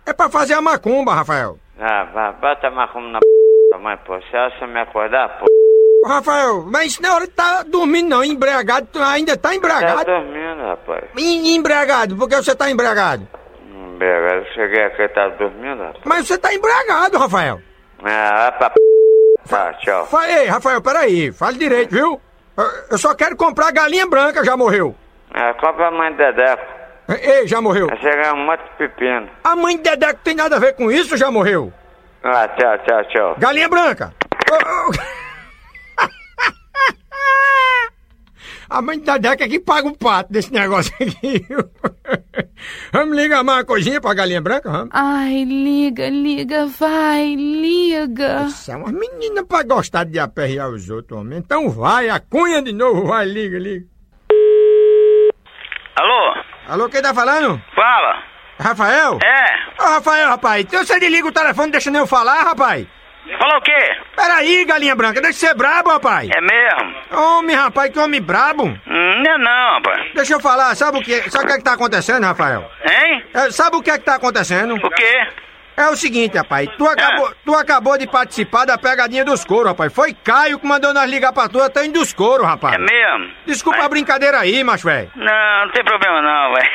Speaker 1: é pra fazer a macumba, Rafael.
Speaker 7: Ah, vai, bota macumba na p... da mãe, pô. Se ela se me acordar, pô.
Speaker 1: Ô, Rafael, mas isso não é hora de tá dormindo não, embriagado, tu ainda tá
Speaker 7: Tá
Speaker 1: embriagado.
Speaker 7: dormindo, rapaz.
Speaker 1: Em- Embriagado, porque você tá embriagado.
Speaker 7: Hum, Beleza, eu cheguei aqui, tá dormindo, rapaz.
Speaker 1: Mas você tá embriagado, Rafael.
Speaker 7: Ah, vai pra p... Tá, tchau.
Speaker 1: Fa Ei, Rafael, peraí, fale direito, viu? Eu- Eu só quero comprar galinha branca, já morreu.
Speaker 7: Ah, compra a mãe de Dedeco.
Speaker 1: Ei, já morreu.
Speaker 7: Vai chegar um monte de pepino.
Speaker 1: A mãe de Dedé que tem nada a ver com isso, já morreu.
Speaker 7: Ah, tchau, tchau, tchau.
Speaker 1: Galinha branca! Ô, ô. A mãe da Deca é que paga o pato desse negócio aqui. viu? Vamos ligar mais uma coisinha pra galinha branca? Vamos.
Speaker 4: Ai, liga, liga, vai, liga.
Speaker 1: São umas meninas é pra gostar de aperrear os outros homens. Então vai, a cunha de novo, vai, liga, liga.
Speaker 7: Alô?
Speaker 1: Alô, quem tá falando?
Speaker 7: Fala.
Speaker 1: Rafael?
Speaker 7: É.
Speaker 1: Ô, Rafael, rapaz, então você desliga o telefone deixando eu falar, rapaz.
Speaker 7: Falou o quê?
Speaker 1: Peraí, galinha branca, deixa de ser brabo, rapaz.
Speaker 7: É mesmo?
Speaker 1: Homem, rapaz, que homem brabo.
Speaker 7: Não é não, rapaz.
Speaker 1: Deixa eu falar, sabe o que, sabe o que é que tá acontecendo, Rafael?
Speaker 7: Hein?
Speaker 1: É, sabe o que é que tá acontecendo?
Speaker 7: quê?
Speaker 1: É o seguinte, rapaz, tu acabou, tu acabou de participar da pegadinha dos couro, rapaz. Foi Caio que mandou nós ligar pra tu, eu tô indo dos couro, rapaz.
Speaker 7: É mesmo?
Speaker 1: Desculpa a brincadeira aí, macho, velho.
Speaker 7: Não, não tem problema não, velho.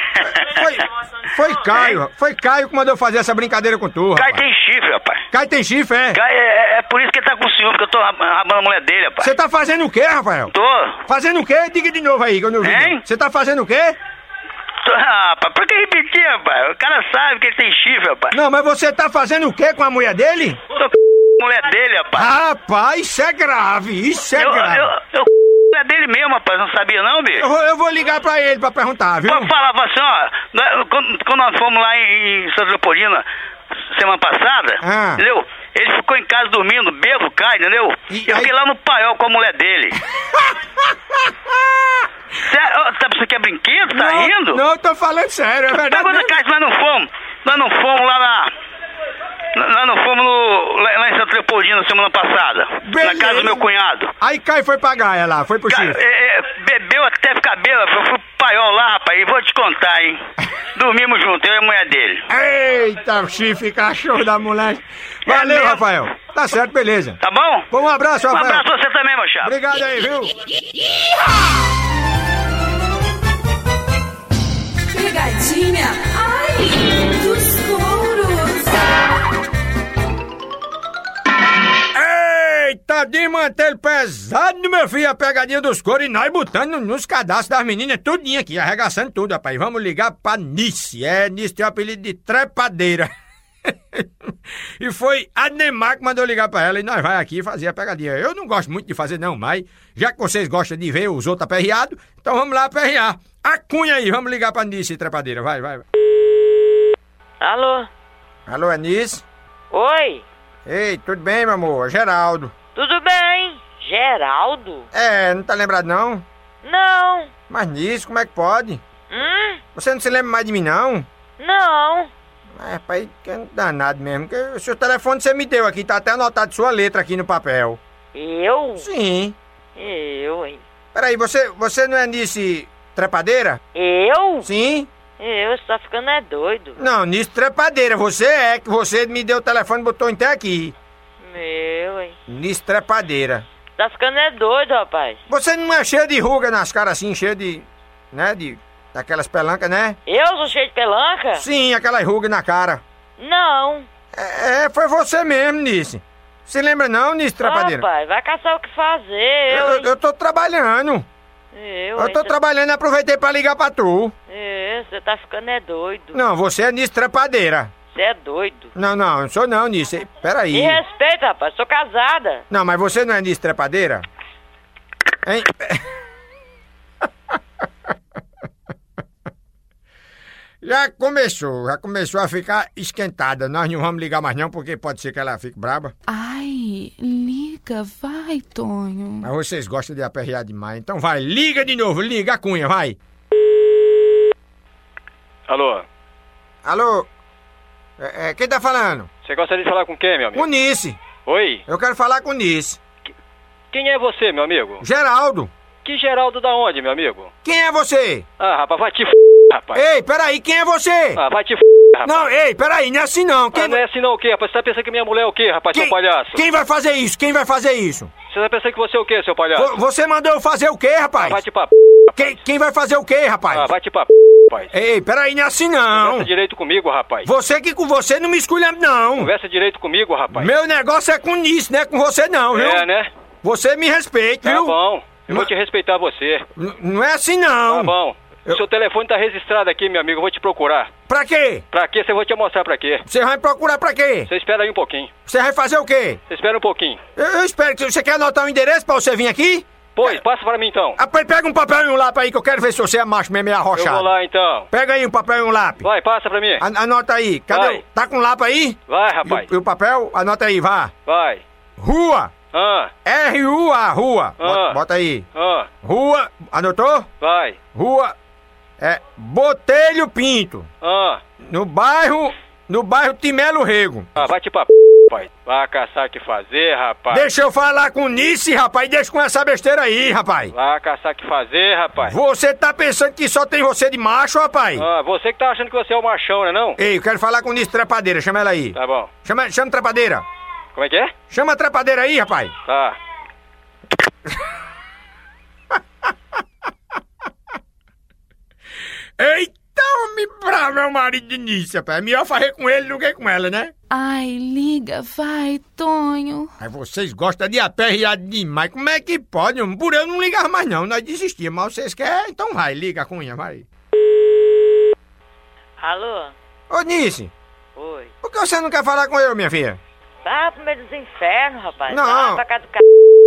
Speaker 1: Foi, foi Caio, foi Caio que mandou fazer essa brincadeira com tu, rapaz.
Speaker 7: Caio É. tem chifre, rapaz.
Speaker 1: Caio tem chifre, é.
Speaker 7: Caio, é, é- é por isso que ele tá com ciúme, que eu tô rab- rabando a mulher dele, rapaz.
Speaker 1: Você tá fazendo o quê, Rafael?
Speaker 7: Tô.
Speaker 1: Fazendo o quê? Diga de novo aí, que eu não vi.
Speaker 7: Hein?
Speaker 1: Você tá fazendo o quê?
Speaker 7: tô ah, rapaz, por que repetir, rapaz? O cara sabe que ele tem chifre, rapaz.
Speaker 1: Não, mas você tá fazendo o quê com a mulher dele?
Speaker 7: Tô c... mulher dele, rapaz.
Speaker 1: Rapaz, isso é grave, isso é
Speaker 7: eu,
Speaker 1: grave.
Speaker 7: eu, eu c... é dele mesmo, rapaz. Não sabia não, bicho?
Speaker 1: Eu vou, eu vou ligar pra ele pra perguntar, viu?
Speaker 7: Pô, falava assim, ó,
Speaker 9: né,
Speaker 7: nós- quando, quando nós fomos lá em, em Santa Leopoldina semana passada,
Speaker 1: Ah.
Speaker 7: entendeu? Ele ficou em casa dormindo, bebo, cai, entendeu?
Speaker 1: E
Speaker 7: eu
Speaker 1: aí-
Speaker 7: fiquei lá no paiol com a mulher dele.
Speaker 9: sério? Ô, tá, isso aqui é brinquedo? Tá
Speaker 1: não,
Speaker 9: rindo? Tá,
Speaker 1: Não, eu tô falando sério, é
Speaker 9: Mas
Speaker 1: verdade.
Speaker 9: quando
Speaker 1: mesmo.
Speaker 9: Cássio, nós não fomos. Nós não fomos lá na. Nós não fomos no, lá, lá em Santa Leopoldina semana passada. Na
Speaker 1: Beleza.
Speaker 9: casa do meu cunhado.
Speaker 1: Aí Caio foi pra Gaia lá, foi pro
Speaker 9: Ca-
Speaker 1: chifre.
Speaker 9: é, é, bebeu até ficar bêbado. Eu fui pro paiol lá, rapaz. E vou te contar, hein? Dormimos junto, eu e a mulher dele.
Speaker 1: Eita, chifre, cachorro da mulher. Valeu,
Speaker 9: É mesmo.
Speaker 1: Rafael. Tá certo, beleza.
Speaker 9: Tá bom?
Speaker 1: Bom, um abraço,
Speaker 9: Um
Speaker 1: Rafael.
Speaker 9: abraço pra você também, meu chapa.
Speaker 1: Obrigado aí, viu?
Speaker 2: Pegadinha, ai, dos couros.
Speaker 1: Eita, de mantelho pesado, meu filho, a pegadinha dos coros e nós botando nos cadastros das meninas, tudinho aqui, arregaçando tudo, rapaz. Vamos ligar pra Nice. É, Nice tem o apelido de trepadeira. e foi a Neymar que mandou ligar pra ela e nós vai aqui fazer a pegadinha. Eu não gosto muito de fazer, não, mas já que vocês gostam de ver os outros aperreados, então vamos lá aperrear. A cunha aí, vamos ligar pra Nice, trepadeira. Vai, vai. vai.
Speaker 10: Alô?
Speaker 1: Alô, é Nice?
Speaker 10: Oi?
Speaker 1: Ei, tudo bem, meu amor? Geraldo.
Speaker 10: Tudo bem? Geraldo?
Speaker 1: É, não tá lembrado, não?
Speaker 10: Não.
Speaker 1: Mas nisso, como é que pode?
Speaker 10: Hum?
Speaker 1: Você não se lembra mais de mim, não?
Speaker 10: Não.
Speaker 1: É, pai, que é danado mesmo. Que o seu telefone você me deu aqui, tá até anotado sua letra aqui no papel.
Speaker 10: Eu?
Speaker 1: Sim.
Speaker 10: Eu, hein?
Speaker 1: Peraí, você, você não é Nice Trepadeira?
Speaker 10: Eu?
Speaker 1: Sim.
Speaker 10: Eu, você tá ficando é doido.
Speaker 1: Não, Nice Trepadeira, você é, que você me deu o telefone e botou até aqui.
Speaker 10: Meu, hein?
Speaker 1: Nice Trepadeira.
Speaker 10: Tá ficando é doido, rapaz.
Speaker 1: Você não é cheio de ruga nas caras assim, cheio de. né, de. daquelas pelancas, né?
Speaker 10: Eu sou cheio de pelanca?
Speaker 1: Sim, aquelas rugas na cara.
Speaker 10: Não.
Speaker 1: É, é, foi você mesmo, Nice. Você lembra não, Nice Trepadeira?
Speaker 10: Rapaz, vai caçar o que fazer.
Speaker 1: Eu,
Speaker 10: Eu, hein?
Speaker 1: eu tô trabalhando.
Speaker 10: Eu,
Speaker 1: Eu
Speaker 10: hein?
Speaker 1: tô
Speaker 10: Cê-
Speaker 1: trabalhando e aproveitei pra ligar pra tu.
Speaker 10: É, você tá ficando é doido.
Speaker 1: Não, você é nisso trepadeira.
Speaker 10: Você é doido.
Speaker 1: Não, não, eu sou não nisso. hein? Peraí.
Speaker 10: Me respeita, rapaz. Sou casada.
Speaker 1: Não, mas você não é nisso trepadeira? Hein? Já começou, já começou a ficar esquentada. Nós não vamos ligar mais não, porque pode ser que ela fique braba.
Speaker 4: Ai, liga, vai, Tonho.
Speaker 1: Mas vocês gostam de aperrear demais. Então vai, liga de novo, liga a cunha, vai.
Speaker 11: Alô,
Speaker 1: Alô? É, é, quem tá falando?
Speaker 11: você gostaria de falar com quem, meu
Speaker 1: O
Speaker 11: amigo?
Speaker 1: Nice.
Speaker 11: Oi,
Speaker 1: Eu quero falar com o Nice.
Speaker 11: quem é você, meu amigo?
Speaker 1: Geraldo.
Speaker 11: Que Geraldo da onde, meu amigo?
Speaker 1: Quem é você?
Speaker 11: Ah, rapaz, vai te f***, rapaz.
Speaker 1: Ei, peraí, quem é você?
Speaker 11: Ah, vai te f***, rapaz.
Speaker 1: Não, ei, peraí, não é assim não. Quem,
Speaker 11: Ah, não é assim não o quê, rapaz? Você tá pensando que minha mulher é o quê, rapaz,
Speaker 1: quem,
Speaker 11: seu palhaço?
Speaker 1: quem vai fazer isso? Quem vai fazer isso?
Speaker 11: Você tá pensando que você é o quê, seu palhaço?
Speaker 1: Vo- Você mandou eu fazer o quê,
Speaker 11: Ah, vai
Speaker 1: rapaz?
Speaker 11: te pra p***,
Speaker 1: Quem, quem vai fazer o quê, rapaz?
Speaker 11: ah, vai te pra p***, rapaz.
Speaker 1: Ei, peraí, não é assim
Speaker 11: Conversa
Speaker 1: não.
Speaker 11: direito comigo, rapaz.
Speaker 1: Você que com você não me escolhe não.
Speaker 11: Conversa direito comigo, rapaz.
Speaker 1: Meu negócio é com isso, não é com você não, viu?
Speaker 11: É, né?
Speaker 1: Você me respeita,
Speaker 11: Tá
Speaker 1: viu?
Speaker 11: bom, eu
Speaker 1: Ma-
Speaker 11: vou te respeitar você.
Speaker 1: N- Não é assim não.
Speaker 11: Tá bom.
Speaker 1: Eu-
Speaker 11: O seu telefone tá registrado aqui, meu amigo, eu vou te procurar.
Speaker 1: Pra quê?
Speaker 11: Pra quê? Você vou te mostrar pra quê.
Speaker 1: Você vai procurar pra quê?
Speaker 11: Você espera aí um pouquinho.
Speaker 1: Você vai fazer o quê?
Speaker 11: Você espera um pouquinho.
Speaker 1: Eu, eu espero que você quer anotar o endereço pra você vir aqui?
Speaker 11: Pois, passa pra mim então.
Speaker 1: Ah, pe- Pega um papel e um lápis aí que eu quero ver se você é macho mesmo e
Speaker 11: Eu
Speaker 1: arrochado.
Speaker 11: vou lá então.
Speaker 1: Pega aí um papel e um lápis.
Speaker 11: Vai, passa pra mim.
Speaker 1: An- anota aí. Cadê?
Speaker 11: Vai.
Speaker 1: o- Tá com lápis aí?
Speaker 11: Vai,
Speaker 1: E o-
Speaker 11: rapaz.
Speaker 1: E, o papel? Anota aí, vá.
Speaker 11: Vai.
Speaker 1: Rua.
Speaker 11: Ah,
Speaker 1: R-U-A, rua. Bota,
Speaker 11: Ah.
Speaker 1: bota aí.
Speaker 11: ah,
Speaker 1: Rua. Anotou?
Speaker 11: vai.
Speaker 1: Rua. É Botelho Pinto.
Speaker 11: Ah,
Speaker 1: No bairro. No bairro Timelo Rego.
Speaker 11: ah vai te pra p, pai. Vai caçar o que fazer, rapaz.
Speaker 1: Deixa eu falar com o Nice, rapaz. Deixa com essa besteira aí, rapaz.
Speaker 11: Vai caçar o que fazer, rapaz.
Speaker 1: Você tá pensando que só tem você de macho, rapaz?
Speaker 11: Ah, você que tá achando que você é o machão, né não?
Speaker 1: Ei, eu quero falar com o Nice Trepadeira. Chama ela aí.
Speaker 11: Tá bom.
Speaker 1: Chama, chama a Trepadeira.
Speaker 11: Como é que é?
Speaker 1: Chama a Trepadeira aí, rapaz.
Speaker 11: Tá.
Speaker 1: Eita, homem bravo é o marido de Nice, rapaz. É melhor fazer com ele do que com ela, né?
Speaker 4: Ai, liga, vai, Tonho.
Speaker 1: Mas vocês gostam de aperrear demais. Como é que pode? homem? Por eu não ligar mais, não. Nós desistimos. Mas vocês querem, então vai, liga a cunha, vai.
Speaker 10: Alô?
Speaker 1: Ô, Nice,
Speaker 10: Oi.
Speaker 1: por que você não quer falar com eu, minha filha?
Speaker 10: Vá pro meio dos infernos, rapaz.
Speaker 1: Não.
Speaker 10: Vá pra casa do c...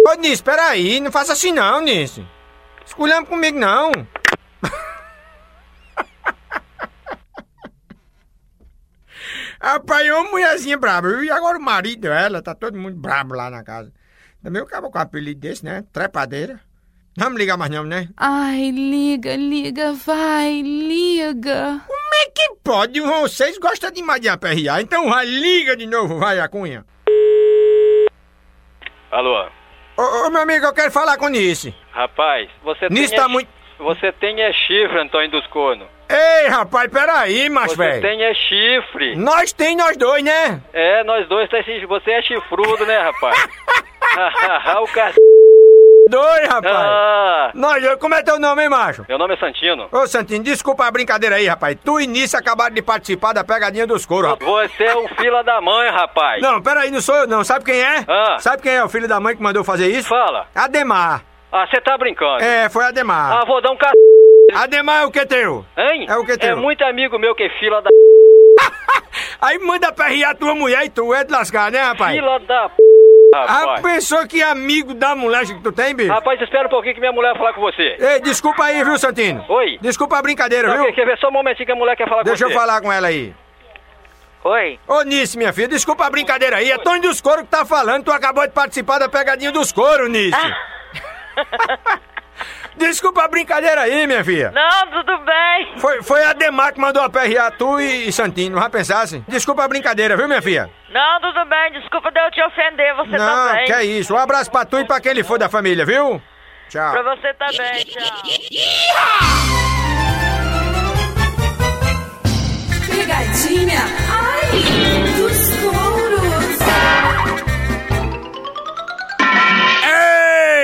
Speaker 1: Ô, Nice, peraí. Não faça assim, não, Nice. Esculhamos comigo, não. Rapaz, ô mulherzinha braba. viu? E agora o marido, ela, tá todo mundo brabo lá na casa. Também o cabo com apelido desse, né? Trepadeira. Vamos ligar mais não, né?
Speaker 4: Ai, liga, liga, vai, liga.
Speaker 1: Como é que pode? Vocês gostam demais de aperrear. Então vai, liga de novo, vai, a cunha.
Speaker 11: Alô?
Speaker 1: Ô, ô, meu amigo, eu quero falar com o Nice.
Speaker 11: Rapaz, você
Speaker 1: Nisso
Speaker 11: tem.
Speaker 1: tá
Speaker 11: é-
Speaker 1: muito-
Speaker 11: Você tem é chifre, Antônio dos Corno.
Speaker 1: Ei, rapaz, peraí, macho
Speaker 11: Você
Speaker 1: velho.
Speaker 11: tem é chifre.
Speaker 1: Nós tem nós dois, né?
Speaker 11: É, nós dois tá assim. Você é chifrudo, né, rapaz? o cacete.
Speaker 1: Dois, rapaz.
Speaker 11: Ah,
Speaker 1: Nós dois, como é teu nome, hein, macho?
Speaker 11: meu nome é Santino.
Speaker 1: Ô, Santinho, desculpa a brincadeira aí, rapaz. Tu e Nice acabaram de participar da pegadinha dos couro, rapaz.
Speaker 11: Você é um fila da mãe, rapaz.
Speaker 1: Não, peraí, não sou eu não. Sabe quem é?
Speaker 11: Ah.
Speaker 1: Sabe quem é o filho da mãe que mandou fazer isso?
Speaker 11: Fala.
Speaker 1: Ademar.
Speaker 11: Ah, você tá brincando.
Speaker 1: É, foi Ademar.
Speaker 11: Ah, vou dar um c...
Speaker 1: Ademar é o que teu?
Speaker 11: Hein?
Speaker 1: É o que teu?
Speaker 11: É muito amigo meu que é fila da...
Speaker 1: Aí manda perrear tua mulher e tu é de lascar, né, rapaz?
Speaker 11: Fila da... p***,
Speaker 1: A
Speaker 11: Rapaz.
Speaker 1: pessoa que é amigo da mulher que tu tem, bicho?
Speaker 11: Rapaz, espera um pouquinho que minha mulher vai falar com você.
Speaker 1: Ei, desculpa aí, viu, Santino?
Speaker 11: Oi.
Speaker 1: Desculpa a brincadeira,
Speaker 11: Não,
Speaker 1: viu?
Speaker 11: quer, quer ver só um momentinho que a mulher quer falar
Speaker 1: Deixa
Speaker 11: com
Speaker 1: eu
Speaker 11: você.
Speaker 1: falar com ela aí.
Speaker 11: Oi.
Speaker 1: Ô, Nice, minha filha, desculpa a brincadeira aí. É Tony dos Couro que tá falando. Tu acabou de participar da pegadinha dos couro, Nice. desculpa a brincadeira aí, minha filha.
Speaker 3: Não, tudo bem.
Speaker 1: Foi, foi a Demar que mandou a PRA tu e, e Santino, já pensasse? assim. Desculpa a brincadeira, viu, minha filha?
Speaker 3: Não, tudo bem. Desculpa de eu te ofender,
Speaker 11: tá
Speaker 3: você tá
Speaker 1: Não,
Speaker 3: também.
Speaker 1: que é isso. Um abraço pra tu e pra quem ele for da família, viu? Tchau.
Speaker 3: Pra você também, tchau.
Speaker 2: Pegadinha, ai, dos touros.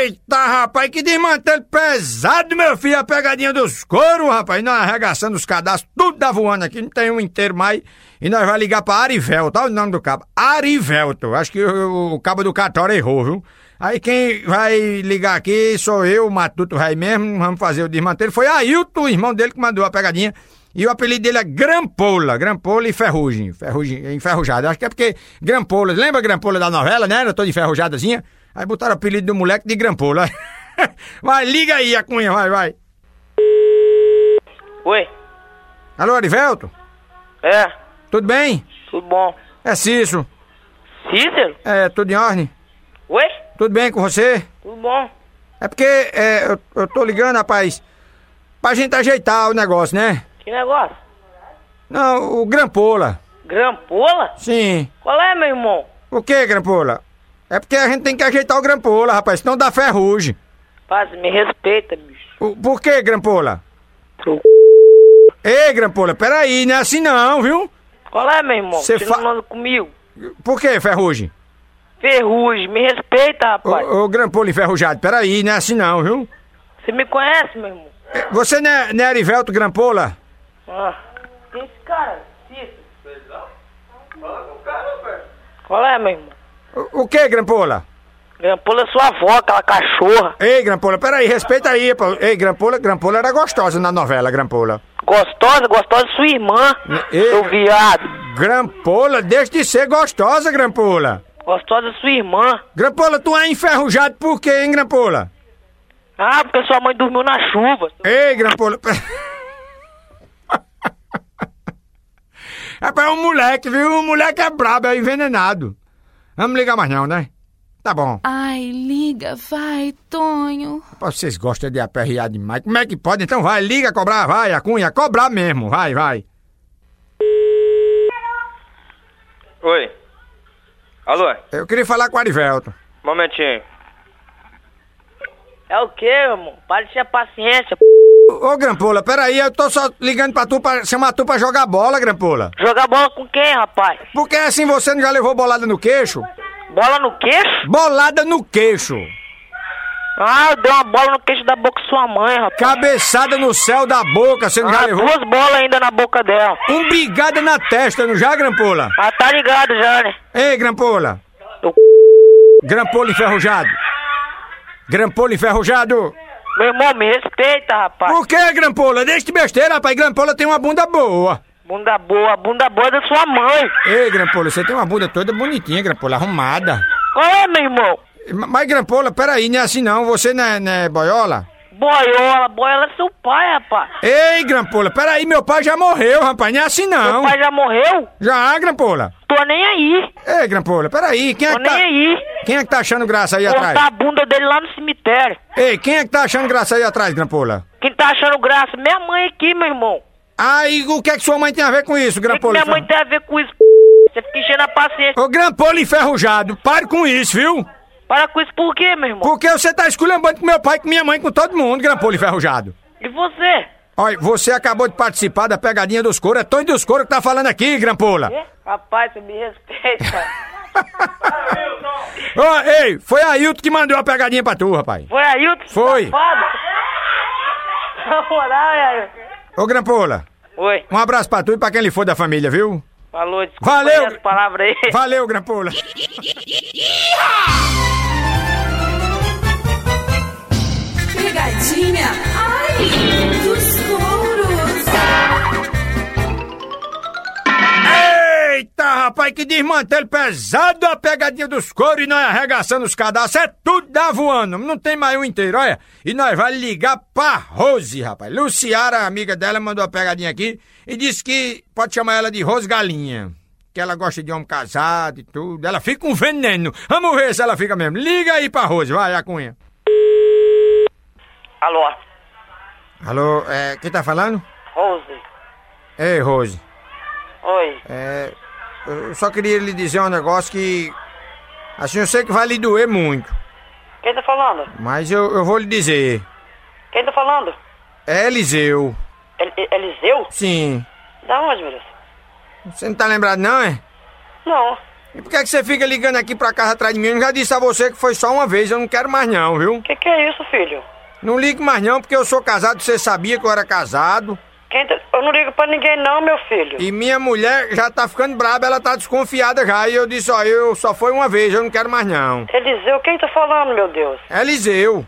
Speaker 1: Eita, rapaz, que desmantelo pesado, meu filho. A pegadinha dos couro, rapaz. Nós arregaçando os cadastros, tudo tá voando aqui, não tem um inteiro mais. E nós vai ligar pra Arivelto, olha o nome do cabo. Arivelto, acho que o, o cabo do Catório errou, viu? Aí quem vai ligar aqui sou eu, o Matuto Rai mesmo, vamos fazer o desmantelo. Foi Ailton, o irmão dele, que mandou a pegadinha. E o apelido dele é Grampola, Grampola e Ferrugem, Ferrugem, enferrujado. Acho que é porque Grampola, lembra Grampola da novela, né? Era toda enferrujadazinha. Aí botaram o apelido do moleque de Grampola. Vai, liga aí, a cunha, vai, vai.
Speaker 7: Oi,
Speaker 1: Alô, Arivelto?
Speaker 7: é,
Speaker 1: Tudo bem?
Speaker 7: tudo bom?
Speaker 1: É Cício.
Speaker 7: Cícero?
Speaker 1: É, tudo em ordem?
Speaker 7: Oi,
Speaker 1: Tudo bem com você?
Speaker 7: tudo bom?
Speaker 1: É porque é, eu, eu tô ligando, rapaz, pra gente ajeitar o negócio, né?
Speaker 7: Que negócio?
Speaker 1: Não, o Grampola.
Speaker 7: Grampola?
Speaker 1: Sim.
Speaker 7: Qual é, meu irmão?
Speaker 1: O que, Grampola? É porque a gente tem que ajeitar o Grampola, rapaz, senão dá ferrugem.
Speaker 7: Paz, me respeita, bicho.
Speaker 1: O, por que, Grampola?
Speaker 7: Teu c****.
Speaker 1: Ei, Grampola, peraí, não é assim não, viu?
Speaker 7: Qual é, meu irmão?
Speaker 1: Cê
Speaker 7: Você
Speaker 1: fa-
Speaker 7: não anda comigo?
Speaker 1: Por que, ferrugem?
Speaker 7: Ferrugem, me respeita, rapaz.
Speaker 1: Ô, ô, Grampola enferrujado, peraí, não é assim não, viu?
Speaker 7: Você me conhece, meu irmão?
Speaker 1: É, Você não é, não é Arivelto Grampola?
Speaker 7: Ah. Esse cara, Cícero. Qual é, meu irmão?
Speaker 1: O, o que, Grampola?
Speaker 7: Grampola é sua avó, aquela cachorra.
Speaker 1: Ei, Grampola, peraí, respeita aí, pô. Ei, Grampola, Grampola era gostosa na novela, Grampola.
Speaker 7: Gostosa, gostosa é sua irmã.
Speaker 1: E-
Speaker 7: Seu viado.
Speaker 1: Grampola, deixa de ser gostosa, Grampola.
Speaker 7: Gostosa é sua irmã.
Speaker 1: Grampola, tu é enferrujado por quê, hein, Grampola?
Speaker 7: Ah, porque sua mãe dormiu na chuva.
Speaker 1: Ei, Grampola. pe- Rapaz, é um moleque, viu? O moleque é brabo, é envenenado. Vamos ligar mais não, né? Tá bom.
Speaker 4: Ai, liga, vai, Tonho.
Speaker 1: Rapaz, vocês gostam de aperrear demais. Como é que pode? Então vai, liga, cobrar, vai, a cunha, cobrar mesmo, vai, vai.
Speaker 11: Oi. Alô?
Speaker 1: Eu queria falar com o Arivelto.
Speaker 11: Momentinho.
Speaker 7: É o quê, meu irmão? Para de ter paciência. p***.
Speaker 1: Ô, Grampola, peraí, eu tô só ligando pra tu, pra chamar tu pra jogar bola, Grampola.
Speaker 7: Jogar bola com quem, rapaz?
Speaker 1: Porque assim você não já levou bolada no queixo?
Speaker 7: Bola no queixo?
Speaker 1: Bolada no queixo.
Speaker 7: Ah, eu dei uma bola no queixo da boca de sua mãe, rapaz.
Speaker 1: Cabeçada no céu da boca, você não já
Speaker 7: Ah,
Speaker 1: levou?
Speaker 7: duas bolas ainda na boca dela.
Speaker 1: Umbigada na testa, não já, Grampola?
Speaker 7: Ah, tá ligado já, né?
Speaker 1: Ei, Grampola.
Speaker 7: Eu-
Speaker 1: Grampola enferrujado. Grampola enferrujado.
Speaker 7: Meu irmão, me respeita, rapaz.
Speaker 1: Por que, Grampola? Deixa de besteira, rapaz. Grampola tem uma bunda boa.
Speaker 7: Bunda boa, bunda boa é da sua mãe.
Speaker 1: Ei, Grampola, você tem uma bunda toda bonitinha, Grampola, arrumada.
Speaker 7: Qual é, meu irmão?
Speaker 1: Mas, Grampola, peraí, não é assim não. Você não é, não é boiola?
Speaker 5: boiola, boiola é seu pai, rapaz.
Speaker 1: Ei, Grampola, peraí, meu pai já morreu, rapaz, não é assim não.
Speaker 5: Meu pai já morreu?
Speaker 1: Já, Grampola.
Speaker 5: Tô nem aí.
Speaker 1: Ei, Grampola, peraí, quem é
Speaker 5: Tô
Speaker 1: que tá...
Speaker 5: nem aí.
Speaker 1: Quem é que tá achando graça aí
Speaker 5: Cortar
Speaker 1: atrás?
Speaker 5: a bunda dele lá no cemitério.
Speaker 1: Ei, quem é que tá achando graça aí atrás, Grampola?
Speaker 5: Quem tá achando graça? Minha mãe aqui, meu irmão.
Speaker 1: Ah, e o que é que sua mãe tem a ver com isso,
Speaker 5: O que que
Speaker 1: Grampola?
Speaker 5: minha mãe tem a ver com isso, p***? Você fica enchendo a paciência.
Speaker 1: Ô, Grampola enferrujado, pare com isso, viu?
Speaker 5: Para com isso por quê, meu irmão?
Speaker 1: Porque você tá esculhambando com meu pai, com minha mãe, com todo mundo, Grampola enferrujado.
Speaker 5: E você?
Speaker 1: Olha, você acabou de participar da pegadinha dos couro, é Tony dos couro que tá falando aqui, Grampola.
Speaker 5: Quê? Rapaz, você me respeita.
Speaker 1: Ô, ei, foi a Ailton que mandou a pegadinha pra tu, rapaz.
Speaker 5: Foi aí o
Speaker 1: Foi.
Speaker 5: safado? Na moral, é.
Speaker 1: Ô, Grampola,
Speaker 5: Oi,
Speaker 1: um abraço pra tu e pra quem lhe for da família, viu?
Speaker 5: falou, desculpa
Speaker 1: Valeu.
Speaker 5: aí as palavras aí.
Speaker 1: Valeu, Grampola.
Speaker 2: Pegadinha, ai, dos touros.
Speaker 1: Eita, rapaz, que desmantelho pesado a pegadinha dos couro e nós arregaçando os cadastros. É tudo da voando, não tem mais um inteiro, olha. E nós vai ligar pra Rose, rapaz. Luciara, a amiga dela, mandou a pegadinha aqui e disse que pode chamar ela de Rose Galinha. Que ela gosta de homem casado e tudo. Ela fica um veneno. Vamos ver se ela fica mesmo. Liga aí pra Rose, vai, a cunha.
Speaker 5: Alô,
Speaker 1: Alô, é, quem tá falando?
Speaker 5: Rose.
Speaker 1: Ei, Rose.
Speaker 5: Oi.
Speaker 1: É, eu só queria lhe dizer um negócio que. Assim, eu sei que vai lhe doer muito.
Speaker 5: Quem tá falando?
Speaker 1: Mas eu, eu vou lhe dizer.
Speaker 5: Quem tá falando?
Speaker 1: É Eliseu.
Speaker 5: El- El- Eliseu?
Speaker 1: Sim.
Speaker 5: Da onde, meu Deus?
Speaker 1: Você não tá lembrado, não, é?
Speaker 5: Não.
Speaker 1: E por que, é que você fica ligando aqui pra casa atrás de mim? Eu já disse a você que foi só uma vez, eu não quero mais, não, viu?
Speaker 5: Que que é isso, filho?
Speaker 1: Não ligue mais, não, porque eu sou casado, você sabia que eu era casado.
Speaker 5: Quem tá- Eu não ligo pra ninguém não, meu filho.
Speaker 1: E minha mulher já tá ficando braba, ela tá desconfiada já. E eu disse, ó, eu só foi uma vez, eu não quero mais, não.
Speaker 5: Eliseu, quem tá falando, meu Deus?
Speaker 1: Eliseu.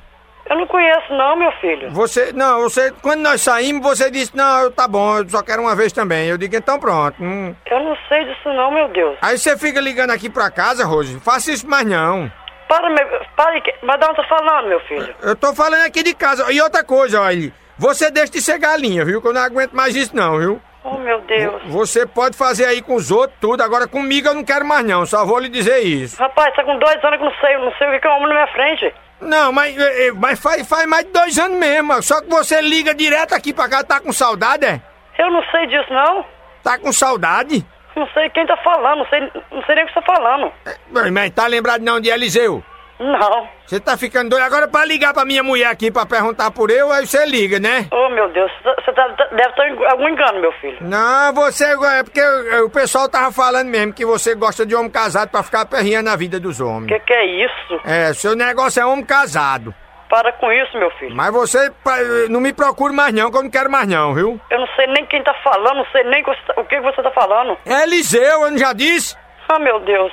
Speaker 5: Eu não conheço não, meu filho.
Speaker 1: Você, não, você, quando nós saímos, você disse, não, eu- tá bom, eu só quero uma vez também. Eu digo, então pronto. hum.
Speaker 5: Eu não sei disso não, meu Deus.
Speaker 1: Aí você fica ligando aqui pra casa, Rose, faça isso mais não.
Speaker 5: Para, meu... Para, que- mas de onde tá falando, meu filho?
Speaker 1: Eu tô falando aqui de casa. E outra coisa, olha, você deixa de ser galinha, viu? Que eu não aguento mais isso não, viu?
Speaker 5: Oh, meu Deus.
Speaker 1: Você pode fazer aí com os outros tudo, agora comigo eu não quero mais não, só vou lhe dizer isso.
Speaker 5: Rapaz, tá com dois anos que eu não sei, não sei o que que é um homem na minha frente.
Speaker 1: Não, mas, eh, eh, mas faz, faz mais de dois anos mesmo, só que você liga direto aqui pra cá, tá com saudade, é?
Speaker 5: Eu não sei disso, não.
Speaker 1: Tá com saudade?
Speaker 5: Não sei quem tá falando, não sei, não sei nem o que você tá falando.
Speaker 1: Mas mas tá lembrado não de Eliseu?
Speaker 5: Não.
Speaker 1: Você tá ficando doido agora pra ligar pra minha mulher aqui pra perguntar por eu, aí você liga, né?
Speaker 5: Oh, meu Deus, você tá- tá- deve estar em algum engano, meu filho.
Speaker 1: Não, você. É porque o pessoal tava falando mesmo que você gosta de homem casado pra ficar perrinha na vida dos homens.
Speaker 5: Que que é isso?
Speaker 1: É, seu negócio é homem casado.
Speaker 5: Para com isso, meu filho.
Speaker 1: Mas você pa- não me procure mais não, que eu não quero mais não, viu?
Speaker 5: Eu não sei nem quem tá falando, não sei nem o que você tá- o que você tá falando.
Speaker 1: É Eliseu, eu não já disse?
Speaker 5: Ah, meu Deus.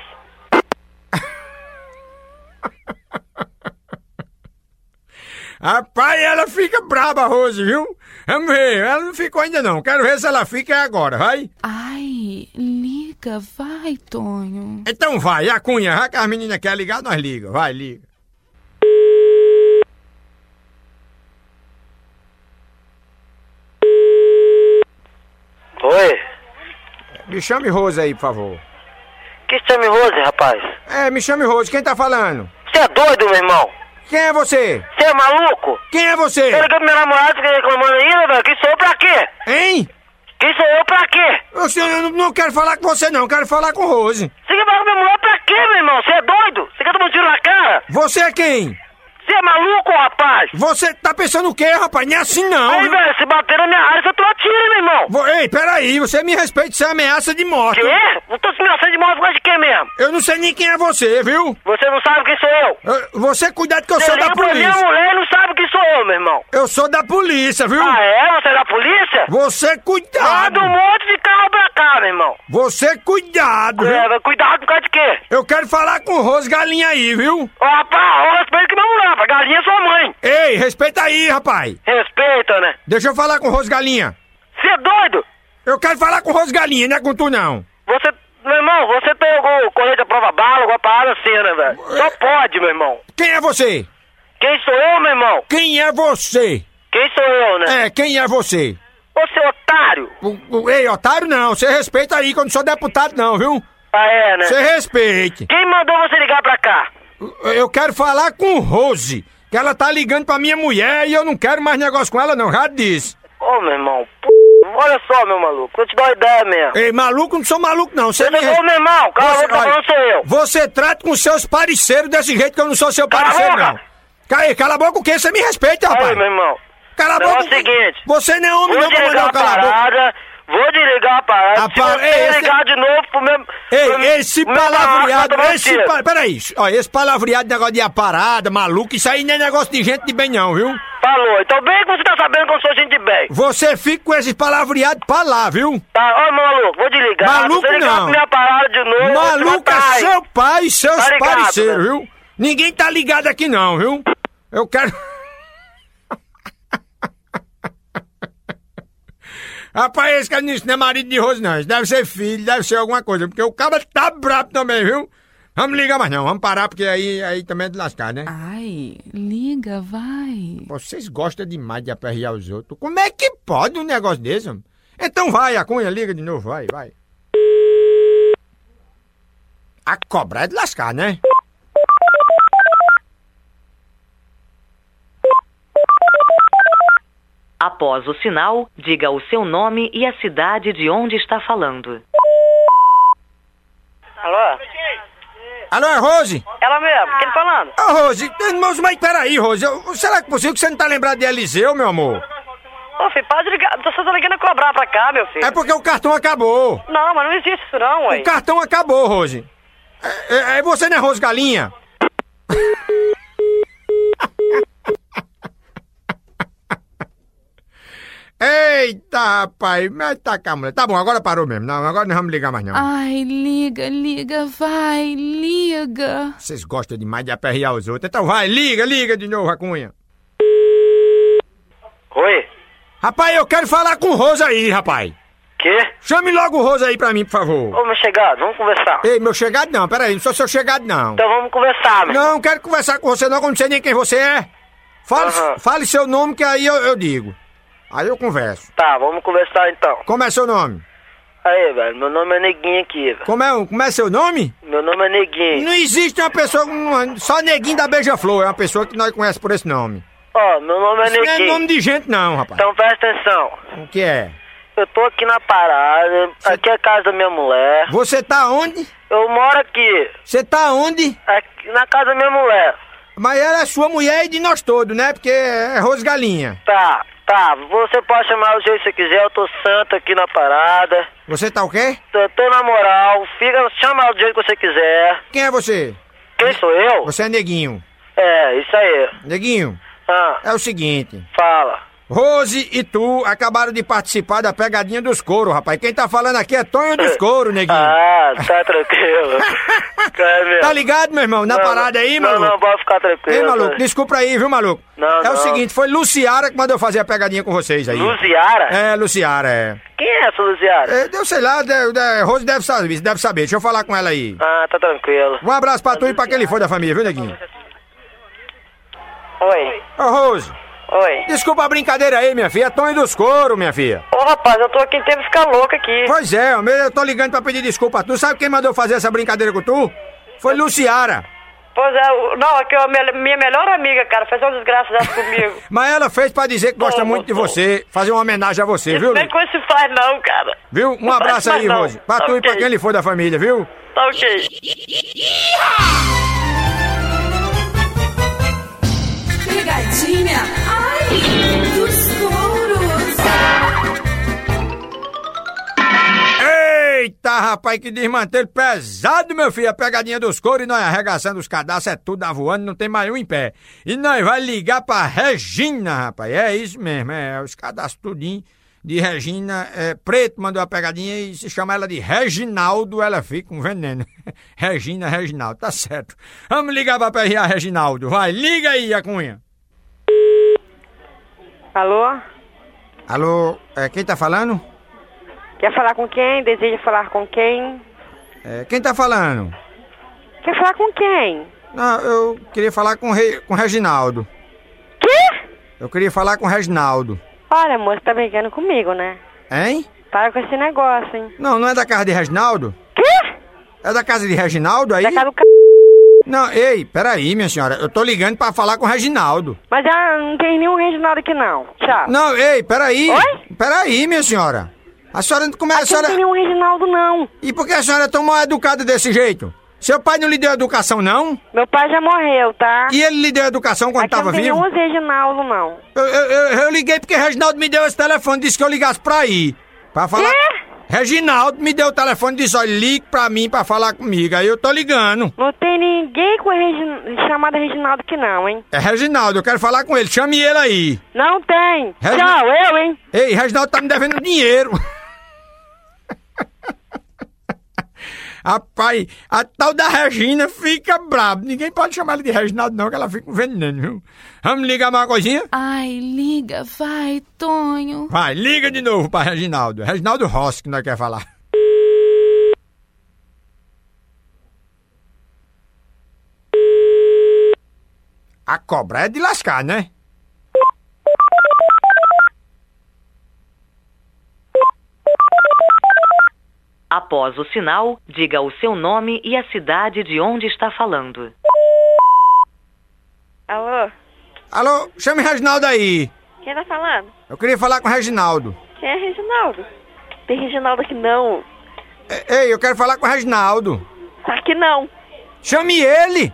Speaker 1: Rapaz, ela fica braba, Rose, viu? Vamos ver, ela não ficou ainda não. Quero ver se ela fica agora, vai.
Speaker 4: Ai, liga, vai, Tonho.
Speaker 1: Então vai, a cunha, já que as meninas querem ligar, nós liga, vai, liga.
Speaker 7: Oi?
Speaker 1: Me chame Rose aí, por favor.
Speaker 7: Que chame Rose, rapaz?
Speaker 1: É, me chame Rose, quem tá falando?
Speaker 7: Você é doido, meu irmão?
Speaker 1: Quem é você?
Speaker 7: Você é maluco?
Speaker 1: Quem é você?
Speaker 7: Você ligou pro meu namorado que reclamando ainda, velho? Quem sou eu pra quê?
Speaker 1: Hein?
Speaker 7: Quem sou eu pra quê?
Speaker 1: Eu, senhor, eu não, não quero falar com você, não. Eu Quero falar com Rose.
Speaker 7: Você quer falar com minha mulher pra quê, meu irmão? Você é doido? Você quer tomar um tiro na cara?
Speaker 1: Você é quem?
Speaker 7: Você é maluco, rapaz?
Speaker 1: Você tá pensando o quê, rapaz? Não é assim, não.
Speaker 7: Aí,
Speaker 1: viu?
Speaker 7: velho, se bater na minha área, você toma tiro, meu irmão.
Speaker 1: Vo- Ei, peraí. Você me respeita, isso é ameaça de morte.
Speaker 7: Quê? Não tô se ameaçando de morte por causa de quê mesmo?
Speaker 1: Eu não sei nem quem é você, viu?
Speaker 7: Você não sabe quem sou eu.
Speaker 1: Eu- você cuidado que eu
Speaker 7: Você
Speaker 1: sou da
Speaker 7: liga pra minha
Speaker 1: polícia.
Speaker 7: mulher e não sabe quem sou eu, meu irmão.
Speaker 1: Eu sou da polícia, viu?
Speaker 7: Ah, é? Você é da polícia?
Speaker 1: Você é
Speaker 7: Manda
Speaker 1: cuidado.
Speaker 7: um monte
Speaker 3: é
Speaker 7: de carro pra cá, meu irmão.
Speaker 1: Você cuidado,
Speaker 7: É,
Speaker 1: viu?
Speaker 7: mas cuidado por causa de quê?
Speaker 1: Eu quero falar com Rose Galinha aí, viu?
Speaker 7: Ó, rapaz, ó, respeita que minha mulher, rapaz. Galinha é sua mãe.
Speaker 1: Ei, respeita aí, rapaz.
Speaker 7: Respeita, né?
Speaker 1: Deixa eu falar com Rose Galinha.
Speaker 7: Você é doido?
Speaker 1: Eu quero falar com Rose Galinha, não é com tu, não.
Speaker 7: Você, meu irmão, você tem algum colete à prova bala, alguma parada assim, né, velho? Só pode, meu irmão.
Speaker 1: Quem é você?
Speaker 7: Quem sou eu, meu irmão?
Speaker 1: Quem é você?
Speaker 7: Quem sou eu, né?
Speaker 1: É, quem é você?
Speaker 7: Ô, seu otário!
Speaker 1: O, o- ei, otário não, você respeita aí que eu não sou deputado não, viu?
Speaker 7: Ah, é, né?
Speaker 1: Você respeite.
Speaker 7: Quem mandou você ligar pra cá?
Speaker 1: Eu quero falar com Rose, que ela tá ligando pra minha mulher e eu não quero mais negócio com ela não, já disse.
Speaker 7: Ô, meu irmão, p... olha só, meu maluco, vou te dar uma ideia mesmo.
Speaker 1: Ei, maluco, não sou maluco não, você
Speaker 7: Você não é meu irmão, cala a boca,
Speaker 1: olha,
Speaker 7: não sou eu.
Speaker 1: Você trata com seus parceiros desse jeito que eu não sou seu
Speaker 7: Cala a
Speaker 1: parceiro
Speaker 7: boca.
Speaker 1: não. Cala, cala a boca o quê? Você me respeita, rapaz.
Speaker 7: Aí, meu irmão.
Speaker 1: Cala a
Speaker 7: Não,
Speaker 1: boca.
Speaker 7: É o seguinte.
Speaker 1: Você não é homem
Speaker 7: vou
Speaker 1: não pra
Speaker 7: desligar a
Speaker 1: mandar eu calar a boca.
Speaker 7: parada, vou desligar a parada.
Speaker 1: A
Speaker 7: se
Speaker 1: pa-
Speaker 7: você
Speaker 1: Ei, esse-
Speaker 7: ligar de novo pro meu... pro-
Speaker 1: Ei, esse
Speaker 7: pro meu barraco, vai
Speaker 1: palavreado,
Speaker 7: é tomar um
Speaker 1: esse
Speaker 7: tiro.
Speaker 1: pa... peraí, ó, esse palavreado, negócio de aparada, maluco, isso aí não é negócio de gente de bem não, viu?
Speaker 7: Falou, então bem que você tá sabendo que eu sou gente de bem.
Speaker 1: Você fica com esse palavreado pra lá, viu?
Speaker 7: Tá, ó, meu maluco, vou desligar.
Speaker 1: Maluco
Speaker 7: se você ligar
Speaker 1: não.
Speaker 7: pra minha parada de novo, eu vou te
Speaker 1: Maluco
Speaker 7: matar,
Speaker 1: é
Speaker 7: hein?
Speaker 1: seu pai e seus
Speaker 7: Tá ligado,
Speaker 1: parceiros,
Speaker 7: né?
Speaker 1: viu? Ninguém tá ligado aqui não, viu? Eu quero... Rapaz, esse cara não- isso não é marido de Rose, não. Isso deve ser filho, deve ser alguma coisa. Porque o cara tá brabo também, viu? Vamos ligar mais não, vamos parar, porque aí, aí também é de lascar, né?
Speaker 12: Ai, liga, vai.
Speaker 1: Vocês gostam demais de aperrear os outros. Como é que pode um negócio desse? homem? Então vai, a cunha, liga de novo, vai, vai. A cobra é de lascar, né?
Speaker 5: Após o sinal, diga o seu nome e a cidade de onde está falando.
Speaker 13: Alô?
Speaker 1: Alô, é Rose?
Speaker 13: Ela mesmo, quem tá falando?
Speaker 1: Ô, Rose, mas, mas peraí, Rose. eu- será que é possível que você não tá lembrado de Eliseu, meu amor?
Speaker 13: Ô, filho, para de ligar. Você tá ligando a cobrar pra cá, meu filho.
Speaker 1: É porque o cartão acabou.
Speaker 13: Não, mas não existe isso não, ué.
Speaker 1: O
Speaker 7: tá-
Speaker 1: cartão acabou, Rose. É, é- é você, né, Rose Galinha? Eita, rapaz, mas tá com a mulher. Tá bom, agora parou mesmo. Não, agora não vamos ligar mais
Speaker 7: Ah.
Speaker 1: não.
Speaker 12: Ai, liga, liga, vai, liga.
Speaker 1: Vocês gostam demais de aperrear os outros. Então vai, liga, liga de novo, Racunha.
Speaker 7: Oi?
Speaker 1: Rapaz, eu quero falar com o Rose aí, rapaz.
Speaker 7: Quê?
Speaker 1: Chame logo o Rose aí pra mim, por favor.
Speaker 7: Ô, meu chegado, vamos conversar.
Speaker 1: Ei, meu chegado não, peraí, não sou seu chegado não.
Speaker 7: Então vamos conversar, meu.
Speaker 1: Não, quero conversar com você não, que eu não sei nem quem você é. Fale,
Speaker 7: Aham.
Speaker 1: fale seu nome que aí eu, eu digo. Aí eu converso.
Speaker 7: Tá, vamos conversar então.
Speaker 1: Como é seu nome?
Speaker 7: Aí, velho, meu nome é Neguinho aqui, velho.
Speaker 1: Como é, o- como é seu nome?
Speaker 7: Meu nome é Neguinho.
Speaker 1: Não existe uma pessoa, com- só Neguinho da Beija-Flor, é uma pessoa que nós conhecemos por esse nome.
Speaker 7: Ó, meu nome é
Speaker 1: Isso não é
Speaker 7: Neguinho.
Speaker 1: nome de gente não, rapaz.
Speaker 7: Então presta atenção.
Speaker 1: O que é?
Speaker 7: Eu tô aqui na parada, aqui é a casa da minha mulher.
Speaker 1: Você tá onde?
Speaker 7: Eu moro aqui,
Speaker 1: Você tá onde?
Speaker 7: aqui na casa da minha mulher.
Speaker 1: Mas ela é sua mulher e de nós todos, né? Porque é Rose Galinha.
Speaker 7: Tá, tá, você pode chamar o jeito que você quiser, eu tô santo aqui na parada.
Speaker 1: Você tá o quê?
Speaker 7: Eu tô na moral, fica, chama do jeito que você quiser.
Speaker 1: Quem é você?
Speaker 7: Quem sou eu?
Speaker 1: Você é Neguinho.
Speaker 7: É, isso aí.
Speaker 1: Neguinho,
Speaker 7: Ah,
Speaker 1: é o seguinte.
Speaker 7: fala.
Speaker 1: Rose e tu acabaram de participar da pegadinha dos couro, rapaz. Quem tá falando aqui é Tonho dos couro, neguinho.
Speaker 7: Ah, tá tranquilo. É mesmo.
Speaker 1: Tá ligado, meu irmão? Na
Speaker 7: Não,
Speaker 1: parada aí,
Speaker 7: não,
Speaker 1: maluco?
Speaker 7: Não, pode ficar tranquilo. né?
Speaker 1: Ei, maluco, desculpa aí, viu, maluco?
Speaker 7: Não,
Speaker 1: é o
Speaker 7: não.
Speaker 1: seguinte, foi Luciara que mandou fazer a pegadinha com vocês aí.
Speaker 7: Luziara?
Speaker 1: É, Luciara, é.
Speaker 7: Quem é essa Luziara?
Speaker 1: é eu sei lá, de- de- Rose deve saber, deve saber. Deixa eu falar com ela aí.
Speaker 7: Ah, tá tranquilo.
Speaker 1: Um abraço pra tu e pra quem ele foi da família, viu, neguinho?
Speaker 7: Oi,
Speaker 1: Ô, Rose,
Speaker 7: oi.
Speaker 1: desculpa a brincadeira aí, minha filha. É Tonho dos couro, minha filha.
Speaker 13: Ô, rapaz, eu tô aqui em tempo de ficar louca aqui.
Speaker 1: Pois é, homem, eu tô ligando pra pedir desculpa a tu. Sabe quem mandou fazer essa brincadeira com tu? Foi Luciara.
Speaker 13: Pois é, o- não, aqui é a minha- minha melhor amiga, cara, fez uma desgraça dessa comigo.
Speaker 1: Mas ela fez pra dizer que gosta
Speaker 13: Não,
Speaker 1: muito de
Speaker 13: não.
Speaker 1: você, fazer uma homenagem a você, viu?
Speaker 13: Isso nem
Speaker 1: Lu?
Speaker 13: com esse faz não, cara.
Speaker 1: Viu? Um
Speaker 13: Não faz
Speaker 1: abraço
Speaker 13: mais
Speaker 1: aí,
Speaker 13: não.
Speaker 1: Rose. Pra tu e
Speaker 13: Ok.
Speaker 1: pra quem ele for da família, viu?
Speaker 13: Tá ok.
Speaker 2: Pegadinha, ai, dos touros.
Speaker 1: Eita, rapaz, que desmantelho pesado, meu filho. A pegadinha dos couro e nós arregaçando os cadastros, é tudo voando, não tem mais um em pé. E nós vai ligar pra Regina, rapaz. É isso mesmo, é os cadastros tudinho de Regina. É, Preto mandou a pegadinha e se chama ela de Reginaldo, ela fica um veneno. Regina, Reginaldo, tá certo. Vamos ligar pra PRA Reginaldo, vai, liga aí, a cunha.
Speaker 14: Alô?
Speaker 1: Alô, é, quem tá falando?
Speaker 14: Quer falar com quem? Deseja falar com quem?
Speaker 1: É, quem tá falando?
Speaker 14: Quer falar com quem?
Speaker 1: Não, eu queria falar com o, Re- com o Reginaldo.
Speaker 13: Quê?
Speaker 1: Eu queria falar com o Reginaldo.
Speaker 13: Olha, moço, tá brigando comigo, né?
Speaker 1: Hein?
Speaker 13: Para com esse negócio, hein?
Speaker 1: Não, não é da casa de Reginaldo?
Speaker 13: Quê?
Speaker 1: É da casa de Reginaldo aí?
Speaker 13: Da casa do c...
Speaker 1: Não, ei, peraí, minha senhora. Eu tô ligando pra falar com o Reginaldo.
Speaker 13: Mas ah, não tem nenhum Reginaldo aqui, não. Tchau.
Speaker 1: Não, ei, peraí.
Speaker 13: Oi?
Speaker 1: Peraí, minha senhora. A senhora, como é a
Speaker 13: Aqui não
Speaker 1: senhora...
Speaker 13: tem nenhum Reginaldo, não.
Speaker 1: E por que a senhora é tão mal educada desse jeito? Seu pai não lhe deu educação, não?
Speaker 13: Meu pai já morreu, tá?
Speaker 1: E ele lhe deu educação quando
Speaker 13: Aqui não
Speaker 1: estava
Speaker 13: tem
Speaker 1: vivo?
Speaker 13: nenhum Reginaldo, não.
Speaker 1: Eu, eu- eu- eu liguei porque Reginaldo me deu esse telefone, disse que eu ligasse pra aí. Pra falar. Reginaldo me deu o telefone e disse: olha, ligue pra mim pra falar comigo. Aí eu tô ligando.
Speaker 13: Não tem ninguém com Regin... chamada Reginaldo aqui, não, hein?
Speaker 1: É Reginaldo, eu quero falar com ele. Chame ele aí.
Speaker 13: Não tem.
Speaker 1: Regi-
Speaker 13: Tchau, eu, hein?
Speaker 1: Ei, Reginaldo tá me devendo dinheiro. Rapaz, a tal da Regina fica brabo. Ninguém pode chamar ele de Reginaldo, não, que ela fica vendendo, viu? Vamos ligar mais uma coisinha?
Speaker 4: Ai, liga, vai, Tonho.
Speaker 1: Vai, liga de novo pra Reginaldo. Reginaldo Rossi que nós quer falar. A cobra é de lascar, né?
Speaker 10: Após o sinal, diga o seu nome e a cidade de onde está falando.
Speaker 5: Alô?
Speaker 1: Alô, chame Reginaldo aí.
Speaker 5: Quem tá falando?
Speaker 1: Eu queria falar com o Reginaldo.
Speaker 5: Quem é Reginaldo? Tem Reginaldo aqui, não.
Speaker 1: E- Ei, eu quero falar com o Reginaldo.
Speaker 5: Tá aqui, não.
Speaker 1: Chame ele!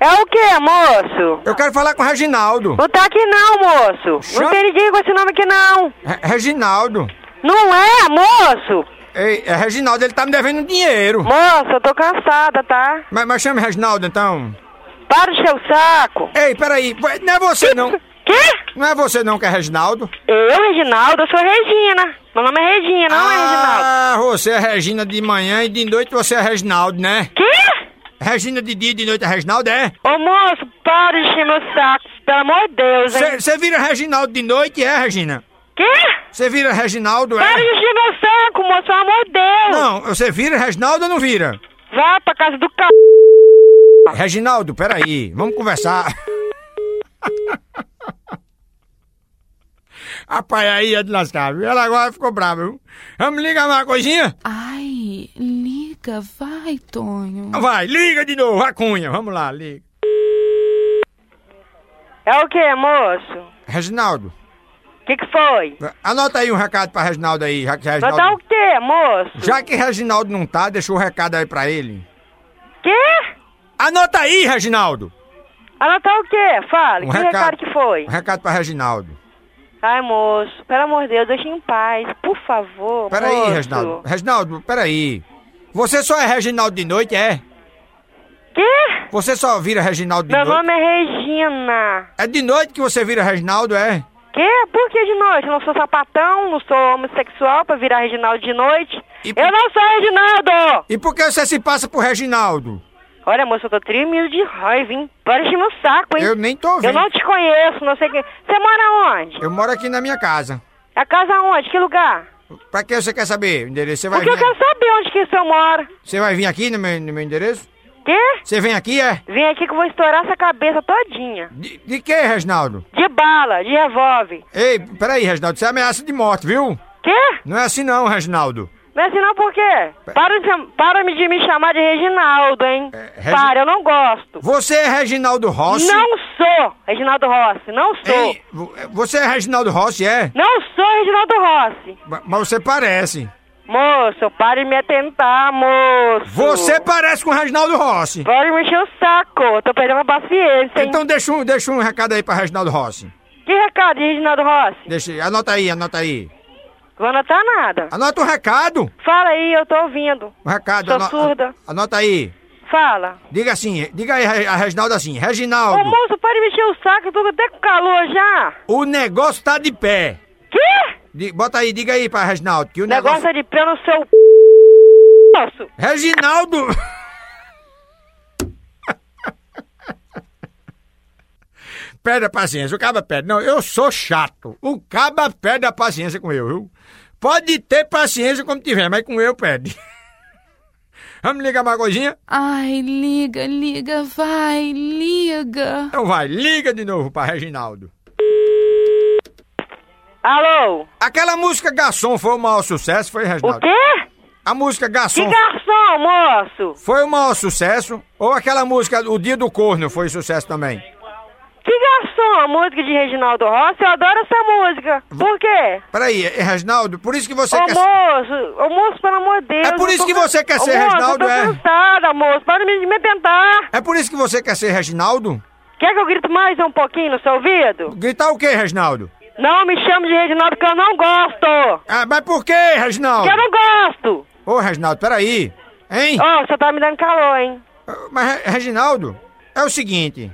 Speaker 13: É o quê, moço?
Speaker 1: Eu quero falar com o Reginaldo.
Speaker 13: Não tá aqui, não, moço. Não
Speaker 1: Chama-
Speaker 13: tem ninguém com esse nome aqui, não.
Speaker 1: Re- Reginaldo.
Speaker 13: Não é, moço?
Speaker 1: Ei, é Reginaldo, ele tá me devendo dinheiro.
Speaker 13: Moço, eu tô cansada, tá?
Speaker 1: Mas, mas chame Reginaldo então.
Speaker 13: Para de encher o saco.
Speaker 1: Ei, peraí, pô, não é você não.
Speaker 13: Quê?
Speaker 1: Não é você não que é Reginaldo?
Speaker 13: Eu, Reginaldo, eu sou Regina. Meu nome é Regina, não é Reginaldo.
Speaker 1: Ah, você é Regina de manhã e de noite você é Reginaldo, né?
Speaker 13: Quê?
Speaker 1: Regina de dia e de noite é Reginaldo, é?
Speaker 13: Ô, moço, para de encher meu saco. Pelo amor de Deus, hein?
Speaker 1: Você vira Reginaldo de noite, é, Regina?
Speaker 13: Quê?
Speaker 1: Você vira Reginaldo,
Speaker 13: Para de
Speaker 1: é?
Speaker 13: encher meu saco, Tá moço, pelo amor de Deus.
Speaker 1: Não, você vira Reginaldo ou não vira?
Speaker 13: Vá pra casa do c...
Speaker 1: Reginaldo, peraí, vamos conversar. Rapaz, aí é de lascar, viu? Ela agora ficou brava, viu? Vamos ligar mais uma coisinha?
Speaker 4: Ai, liga, vai, Tonho.
Speaker 1: Então Vai, liga de novo, a cunha, vamos lá, liga.
Speaker 13: É o quê, moço?
Speaker 1: Reginaldo,
Speaker 13: O que que foi?
Speaker 1: anota aí um recado pra Reginaldo aí, já que
Speaker 13: Vai dar o
Speaker 1: Reginaldo...
Speaker 13: quê, moço?
Speaker 1: Já que Reginaldo não tá, deixa o recado aí pra ele.
Speaker 13: Quê?
Speaker 1: Anota aí, Reginaldo!
Speaker 13: Anotar tá o quê? Fala,
Speaker 1: Um
Speaker 13: que
Speaker 1: recado.
Speaker 13: recado que foi?
Speaker 1: Um recado pra Reginaldo.
Speaker 13: Ai, moço, pelo amor de Deus, deixa em paz, por favor, moço.
Speaker 1: Peraí, Reginaldo. Reginaldo, peraí. Você só é Reginaldo de noite, é?
Speaker 13: Quê?
Speaker 1: Você só vira Reginaldo de
Speaker 13: Meu
Speaker 1: noite?
Speaker 13: nome é Regina.
Speaker 1: É de noite que você vira Reginaldo, é?
Speaker 13: Quê? Por que de noite? Eu não sou sapatão, não sou homossexual pra virar Reginaldo de noite. Eu não sou Reginaldo!
Speaker 1: E por que você se passa por Reginaldo?
Speaker 13: Olha, moço, eu tô tremido de raiva, hein? Para de encher meu saco, hein?
Speaker 1: Eu nem tô
Speaker 13: Eu
Speaker 1: vendo.
Speaker 13: não te conheço, não sei quem... Você mora onde?
Speaker 1: Eu moro aqui na minha casa.
Speaker 13: A casa onde? Que lugar?
Speaker 1: Pra que você quer saber o endereço? Você vai,
Speaker 13: Porque eu
Speaker 1: vir...
Speaker 13: quero saber é onde que o senhor mora.
Speaker 1: você vai vir aqui no meu, no meu endereço?
Speaker 13: Quê?
Speaker 1: Você vem aqui, é?
Speaker 13: Vem aqui que eu vou estourar essa cabeça todinha.
Speaker 1: De, de quê, Reginaldo?
Speaker 13: De bala, de revólver.
Speaker 1: Ei, peraí, Reginaldo, você é ameaça de morte, viu?
Speaker 13: Quê?
Speaker 1: Não é assim não, Reginaldo.
Speaker 13: Não é assim não por quê? Para de, cham- para de me chamar de Reginaldo, hein?
Speaker 1: É, Regi-
Speaker 13: Para, eu não gosto.
Speaker 1: Você é Reginaldo Rossi?
Speaker 13: Não sou Reginaldo Rossi, não sou.
Speaker 1: Ei, vo- você é Reginaldo Rossi, é?
Speaker 13: Não sou Reginaldo Rossi.
Speaker 1: Ma- Mas você parece.
Speaker 13: Moço, pare de me atentar, moço.
Speaker 1: Você parece com o Reginaldo Rossi.
Speaker 13: Pare de mexer o saco, eu tô perdendo a paciência, hein?
Speaker 1: Então deixa um, deixa um recado aí pra Reginaldo Rossi.
Speaker 13: Que recado de Reginaldo Rossi?
Speaker 1: Deixa, anota aí, anota aí.
Speaker 13: Vou anotar nada.
Speaker 1: Anota um recado.
Speaker 13: Fala aí, eu tô ouvindo.
Speaker 1: Um recado.
Speaker 13: Sou
Speaker 1: ano-
Speaker 13: surda.
Speaker 1: Anota aí.
Speaker 13: Fala.
Speaker 1: Diga assim, diga aí Re- a Reginaldo assim.
Speaker 13: Ô,
Speaker 1: Reginaldo,
Speaker 13: moço, pare de mexer o saco, eu tô até com calor já.
Speaker 1: o negócio tá de pé.
Speaker 13: Quê?
Speaker 1: Di- bota aí, diga aí pra Reginaldo que o negócio...
Speaker 13: Negócio é de pé no seu... p****, Moço.
Speaker 1: Reginaldo! perde a paciência, o caba perde. Não, eu sou chato. O caba perde a paciência com eu, viu? Pode ter paciência como tiver, mas com eu perde. Vamos ligar uma coisinha?
Speaker 4: Ai, liga, liga, vai, liga.
Speaker 1: Então vai, liga de novo pra Reginaldo.
Speaker 5: Alô?
Speaker 1: Aquela música Garçom foi o maior sucesso, foi, Reginaldo?
Speaker 5: O quê?
Speaker 1: A música Garçom.
Speaker 5: Que garçom, moço?
Speaker 1: Foi o maior sucesso? Ou aquela música O Dia do Corno foi sucesso também?
Speaker 5: Que garçom, a música de Reginaldo Rossi? Eu adoro essa música. Por quê?
Speaker 1: Peraí, eh, Reginaldo, por isso que você
Speaker 5: Ô
Speaker 1: quer.
Speaker 5: moço, ô moço, pelo amor de Deus.
Speaker 1: É por
Speaker 5: eu tô
Speaker 1: isso que
Speaker 5: can-
Speaker 1: você quer
Speaker 5: Ô,
Speaker 1: ser
Speaker 5: moço,
Speaker 1: Reginaldo,
Speaker 5: eu tô
Speaker 1: é?
Speaker 5: cansada, moço. Para de me tentar.
Speaker 1: É por isso que você quer ser Reginaldo?
Speaker 5: Quer que eu grite mais um pouquinho no seu ouvido?
Speaker 1: Gritar o quê, Reginaldo?
Speaker 5: Não me chame de Reginaldo porque eu não gosto.
Speaker 1: Ah, mas por quê, Reginaldo?
Speaker 5: Porque eu não gosto.
Speaker 1: Ô, Reginaldo, peraí. Hein? Ah,
Speaker 5: Ô, você tá me dando calor, hein?
Speaker 1: Mas, Re- Reginaldo, é o seguinte.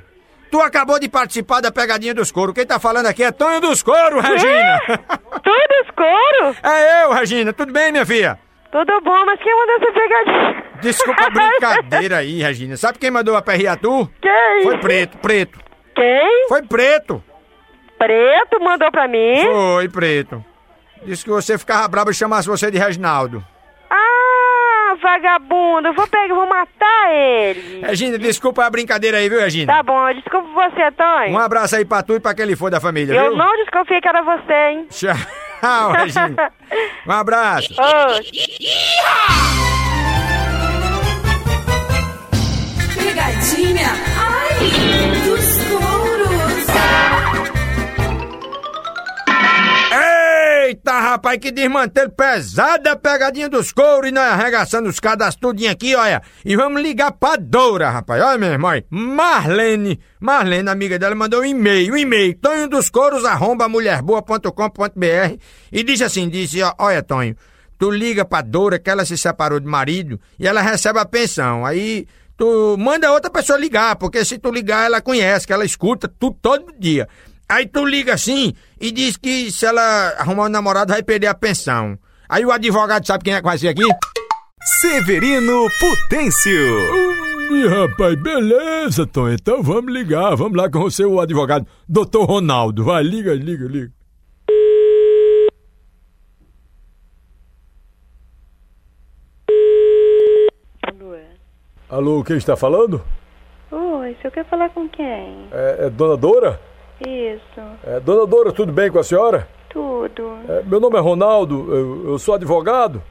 Speaker 1: Tu acabou de participar da pegadinha dos couro. Quem tá falando aqui é Tonho dos couro, Regina.
Speaker 5: Tonho dos couro?
Speaker 1: É eu, Regina. Tudo bem, minha filha?
Speaker 5: Tudo bom, mas quem mandou essa pegadinha?
Speaker 1: Desculpa a brincadeira aí, Regina. Sabe quem mandou a perrear tu?
Speaker 5: Quem?
Speaker 1: Foi preto, preto.
Speaker 5: Quem?
Speaker 1: Foi preto.
Speaker 5: Preto mandou pra mim.
Speaker 1: Foi, preto. Disse que você ficava brabo e chamasse você de Reginaldo.
Speaker 5: Ah, vagabundo, eu vou pegar, vou matar ele.
Speaker 1: Regina, desculpa a brincadeira aí, viu, Regina?
Speaker 5: Tá bom, desculpa você, Tonho.
Speaker 1: Um abraço aí pra tu e pra aquele for da família,
Speaker 5: Eu
Speaker 1: viu? Ah,
Speaker 5: não desconfiei que era você, hein?
Speaker 1: Tchau, Regina. Um abraço.
Speaker 2: Pegadinha, ai, dos touros.
Speaker 1: Eita, rapaz, que desmantelo pesada a pegadinha dos couros e nós arregaçando os cadastros tudinho aqui, olha. E vamos ligar pra Doura, rapaz. Olha, minha irmã, Marlene. Marlene, amiga dela, mandou um e-mail, um e-mail. Tonho dos couros arromba mulherboa.com.br e diz assim, disse, ó, olha, Tonho, tu liga pra Doura que ela se separou do marido e ela recebe a pensão. Aí tu manda outra pessoa ligar, porque se tu ligar ela conhece, que ela escuta tu todo dia. Aí tu liga assim e diz que se ela arrumar um namorado vai perder a pensão. Aí o advogado sabe quem é que vai ser aqui?
Speaker 15: Severino Potêncio.
Speaker 16: Ih, rapaz, beleza, Tom. Então vamos ligar, vamos lá com você, o advogado, doutor Ronaldo. Vai, liga, liga, liga. Alô, quem está falando?
Speaker 17: Oi, você quer falar com quem?
Speaker 16: É, é Dona Dora?
Speaker 17: Isso,
Speaker 16: É, Dona Dora, tudo bem com a senhora?
Speaker 17: tudo.
Speaker 16: É, meu nome é Ronaldo, eu, eu sou advogado.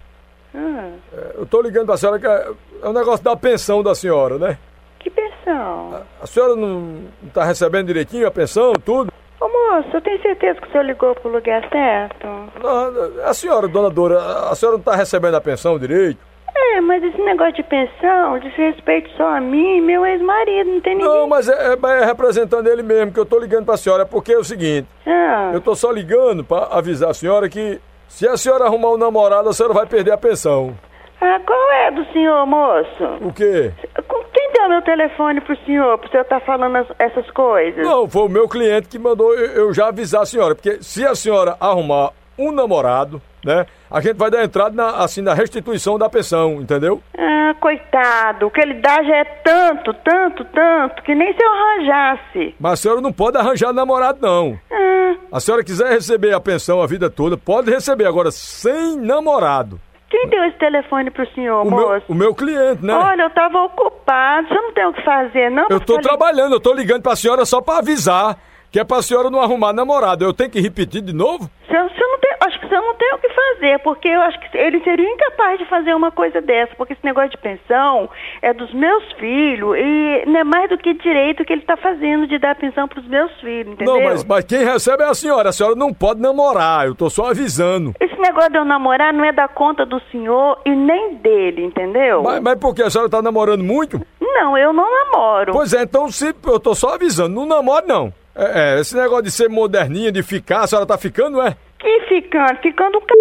Speaker 17: Hum,
Speaker 16: É, eu tô ligando pra senhora que é, é um negócio da pensão da senhora, né?
Speaker 17: que pensão?
Speaker 16: A senhora não, não tá recebendo direitinho a pensão, tudo?
Speaker 17: Ô moço, eu tenho certeza que o senhor ligou pro lugar certo?
Speaker 16: Não, a senhora, dona Dora, a- a senhora não tá recebendo a pensão direito?
Speaker 17: É, mas esse negócio de pensão diz respeito só a mim e meu ex-marido, não tem ninguém.
Speaker 16: Não, mas é, é- mas é representando ele mesmo que eu tô ligando pra senhora, porque é o seguinte,
Speaker 17: Ah,
Speaker 16: eu tô só ligando pra avisar a senhora que se a senhora arrumar um namorado, a senhora vai perder a pensão.
Speaker 17: ah, qual é do senhor, moço?
Speaker 16: O quê?
Speaker 17: Com- Quem deu meu telefone pro senhor, pro senhor tá falando as- essas coisas?
Speaker 16: Não, foi o meu cliente que mandou eu eu já avisar a senhora, porque se a senhora arrumar um namorado, né, a gente vai dar entrada na, assim, na restituição da pensão, entendeu?
Speaker 17: Ah, coitado, o que ele dá já é tanto, tanto, tanto, que nem se eu arranjasse.
Speaker 16: Mas a senhora não pode arranjar namorado, não.
Speaker 17: Ah,
Speaker 16: A senhora quiser receber a pensão a vida toda, pode receber, agora sem namorado.
Speaker 17: Quem deu esse telefone pro senhor,
Speaker 16: O
Speaker 17: moço?
Speaker 16: meu, o meu cliente, né?
Speaker 17: Olha, eu tava ocupado, você não tem o que fazer, não?
Speaker 16: eu tô
Speaker 17: Falei,
Speaker 16: trabalhando, eu tô ligando pra senhora só pra avisar que é pra senhora não arrumar namorado. Eu tenho que repetir de novo?
Speaker 17: Você, você não tem, acho que você não tem o que fazer, porque eu acho que ele seria incapaz de fazer uma coisa dessa, porque esse negócio de pensão é dos meus filhos e não é mais do que direito que ele tá fazendo de dar pensão pros meus filhos, entendeu?
Speaker 16: Não, mas, mas quem recebe é a senhora. A senhora não pode namorar, eu tô só avisando.
Speaker 17: Esse negócio de eu namorar não é da conta do senhor e nem dele, entendeu?
Speaker 16: Mas, mas por que a senhora tá namorando muito?
Speaker 17: Não, eu não namoro.
Speaker 16: Pois é, então se eu tô só avisando, não namore não. É, é, esse negócio de ser moderninha, de ficar, a senhora tá ficando, é?
Speaker 17: Que ficando? Ficando o c...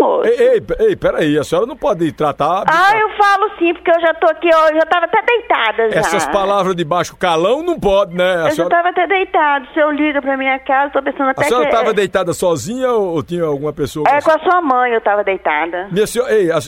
Speaker 17: moço.
Speaker 16: Ei, ei, pe- ei, peraí, a senhora não pode tratar
Speaker 17: Ah, eu falo sim, porque eu já tô aqui, ó, eu já tava até deitada já.
Speaker 16: essas palavras de baixo calão, não pode, né? A
Speaker 17: Eu já
Speaker 16: senhora,
Speaker 17: tava até deitado. O senhor liga pra minha casa, tô pensando até
Speaker 16: a senhora
Speaker 17: que...
Speaker 16: tava deitada sozinha ou, ou tinha alguma pessoa? com a
Speaker 17: É, com a sua mãe eu tava deitada.
Speaker 16: Minha senhora, ei, a,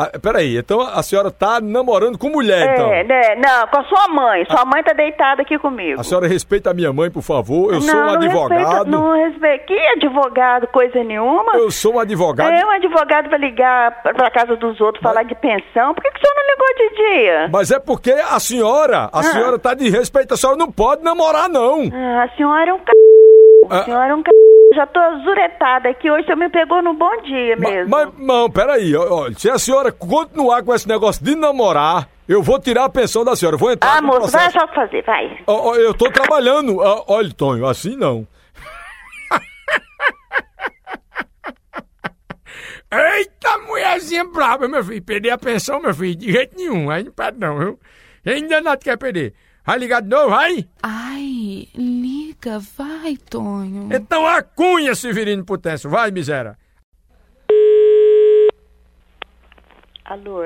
Speaker 16: Ah, peraí, então a senhora tá namorando com mulher, então?
Speaker 17: É, né? Não, com a sua mãe. Sua mãe tá deitada aqui comigo.
Speaker 16: A senhora respeita a minha mãe, por favor. Eu sou um
Speaker 17: não
Speaker 16: advogado.
Speaker 17: Respeito, não respeito. Que advogado, coisa nenhuma.
Speaker 16: Eu sou um advogado.
Speaker 17: É um advogado pra ligar pra- pra casa dos outros, falar de pensão. Por que, que o senhor não ligou de dia?
Speaker 16: Mas é porque a senhora, a senhora tá de respeito, a senhora não pode namorar, não.
Speaker 17: Ah, a senhora é um c...
Speaker 16: Ah.
Speaker 17: A senhora é um c... Já tô zuretada aqui. Hoje o senhor me pegou no bom dia mesmo.
Speaker 16: Mas, não, peraí, ó, ó, se a senhora continuar com esse negócio de namorar, eu vou tirar a pensão da senhora, eu vou entrar
Speaker 17: Ah,
Speaker 16: no
Speaker 17: moço, vai
Speaker 16: processo.
Speaker 17: achar o que fazer, vai.
Speaker 16: Ó, ó, eu tô trabalhando. Ó, olha, Tonho, assim não.
Speaker 1: Eita, mulherzinha braba, meu filho. Perder a pensão, meu filho, de jeito nenhum. Aí não perde não, viu? Ainda nada quer perder. Vai ligar de novo, vai?
Speaker 4: Ai, liga, vai, Tonho.
Speaker 1: Então acunha, Severino Potêncio. Vai, miséria.
Speaker 17: Alô?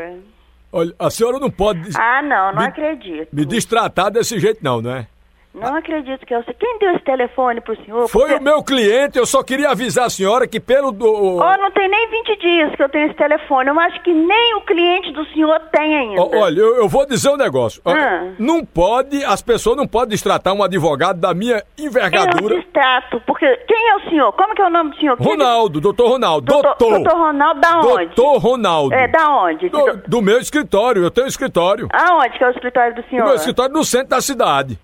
Speaker 16: Olha, a senhora não pode des-
Speaker 17: Ah, não, não
Speaker 16: Me-
Speaker 17: acredito.
Speaker 16: me destratar desse jeito, não, não é?
Speaker 17: Não acredito que é você. Quem deu esse telefone pro senhor?
Speaker 16: Foi
Speaker 17: Porque-
Speaker 16: o meu cliente, eu só queria avisar a senhora que pelo. Do...
Speaker 17: Ó, não tem nem 20 dias que eu tenho esse telefone. Eu acho que nem o cliente do senhor tem ainda.
Speaker 16: Ó, Olha, eu, eu vou dizer um negócio. Ó,
Speaker 17: Ah.
Speaker 16: Não pode, as pessoas não podem destratar um advogado da minha
Speaker 17: eu
Speaker 16: envergadura.
Speaker 17: destrato, é porque quem é o senhor? Como que é o nome do senhor? Quem-
Speaker 16: Ronaldo, doutor Ronaldo, doutor.
Speaker 17: Doutor Ronaldo, da onde?
Speaker 16: Doutor Ronaldo.
Speaker 17: É, da onde?
Speaker 16: Do, do meu escritório, eu tenho escritório.
Speaker 17: Aonde que é o escritório do
Speaker 16: O
Speaker 17: senhor?
Speaker 16: meu escritório é no centro da cidade.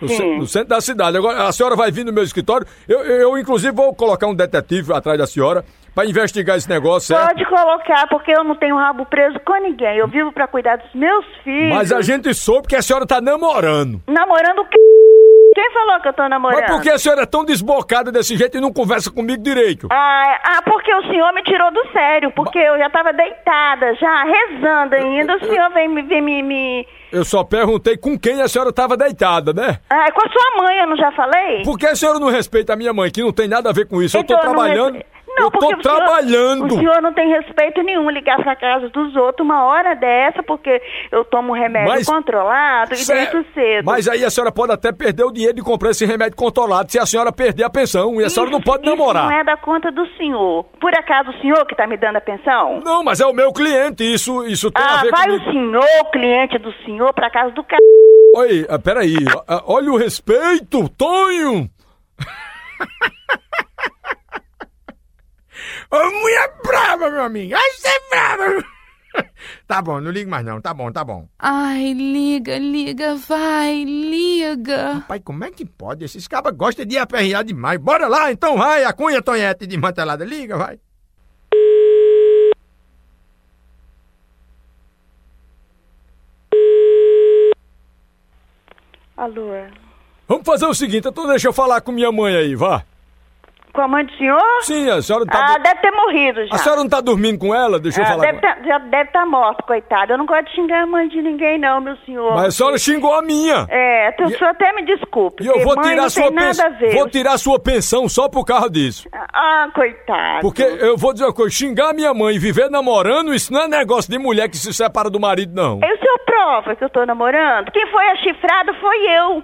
Speaker 16: No,
Speaker 17: Sim.
Speaker 16: ce- no centro da cidade. Agora, a senhora vai vir no meu escritório. Eu, eu, eu, inclusive, vou colocar um detetive atrás da senhora pra investigar esse negócio, certo?
Speaker 17: Pode colocar, porque eu não tenho rabo preso com ninguém. Eu vivo pra cuidar dos meus filhos.
Speaker 16: Mas a gente soube que a senhora tá namorando.
Speaker 17: Namorando o c... Quem falou que eu tô namorando?
Speaker 16: Mas por que a senhora é tão desbocada desse jeito e não conversa comigo direito?
Speaker 17: Ah, ah, porque o senhor me tirou do sério, porque eu já tava deitada, já rezando ainda, o senhor vem me... Vem me, me...
Speaker 16: Eu só perguntei com quem a senhora tava deitada, né?
Speaker 17: Ah, com a sua mãe, eu não já falei?
Speaker 16: Por que a senhora não respeita a minha mãe, que não tem nada a ver com isso? Eu tô
Speaker 17: Então, não
Speaker 16: trabalhando.
Speaker 17: respe- Não,
Speaker 16: eu
Speaker 17: porque
Speaker 16: tô
Speaker 17: o senhor-
Speaker 16: trabalhando.
Speaker 17: o senhor não tem respeito nenhum ligar pra casa dos outros uma hora dessa, porque eu tomo remédio
Speaker 16: Mas-
Speaker 17: controlado e
Speaker 16: Cê-
Speaker 17: deito tá cedo.
Speaker 16: Mas aí a senhora pode até perder o dinheiro de comprar esse remédio controlado se a senhora perder a pensão. E a senhora não pode namorar.
Speaker 17: Não é da conta do senhor. Por acaso o senhor que tá me dando a pensão?
Speaker 16: Não, mas é o meu cliente, isso, isso tem a
Speaker 17: Ah,
Speaker 16: ver
Speaker 17: vai
Speaker 16: comigo.
Speaker 17: o senhor, cliente do senhor, pra casa do c...
Speaker 16: Oi, ah, peraí, ah, olha o respeito, Tonho!
Speaker 1: Ô, mulher é brava, meu amigo. Ai, você é brava. Tá bom, não ligue mais não. Tá bom, tá bom.
Speaker 4: Ai, liga, liga, vai, liga.
Speaker 1: Pai, como é que pode? Esses cabas gostam de aperrear demais. Bora lá, então vai. A cunha, Tonhete, desmantelada. Liga, vai.
Speaker 17: Alô?
Speaker 16: Vamos fazer o seguinte, então deixa eu falar com minha mãe aí, vá.
Speaker 17: Com a mãe do senhor?
Speaker 16: Sim, a senhora tá.
Speaker 17: Ah,
Speaker 16: do-
Speaker 17: deve ter morrido já.
Speaker 16: A senhora não tá dormindo com ela? Deixa eu
Speaker 17: Ah,
Speaker 16: falar
Speaker 17: deve
Speaker 16: com
Speaker 17: tá, já deve estar tá morto, coitado. Eu não gosto de xingar a mãe de ninguém, não, meu senhor.
Speaker 16: ela. Mas a senhora xingou a minha.
Speaker 17: É, tu, o senhor até me desculpe.
Speaker 16: E eu
Speaker 17: porque
Speaker 16: vou
Speaker 17: mãe
Speaker 16: tirar
Speaker 17: não
Speaker 16: sua
Speaker 17: tem nada
Speaker 16: pensão.
Speaker 17: a ver.
Speaker 16: Vou tirar sua pensão só por causa disso.
Speaker 17: Ah, coitado.
Speaker 16: Porque eu vou dizer uma coisa, xingar minha mãe e viver namorando, isso não é negócio de mulher que se separa do marido, não.
Speaker 17: E o senhor prova que eu tô namorando? Quem foi a chifrada foi eu.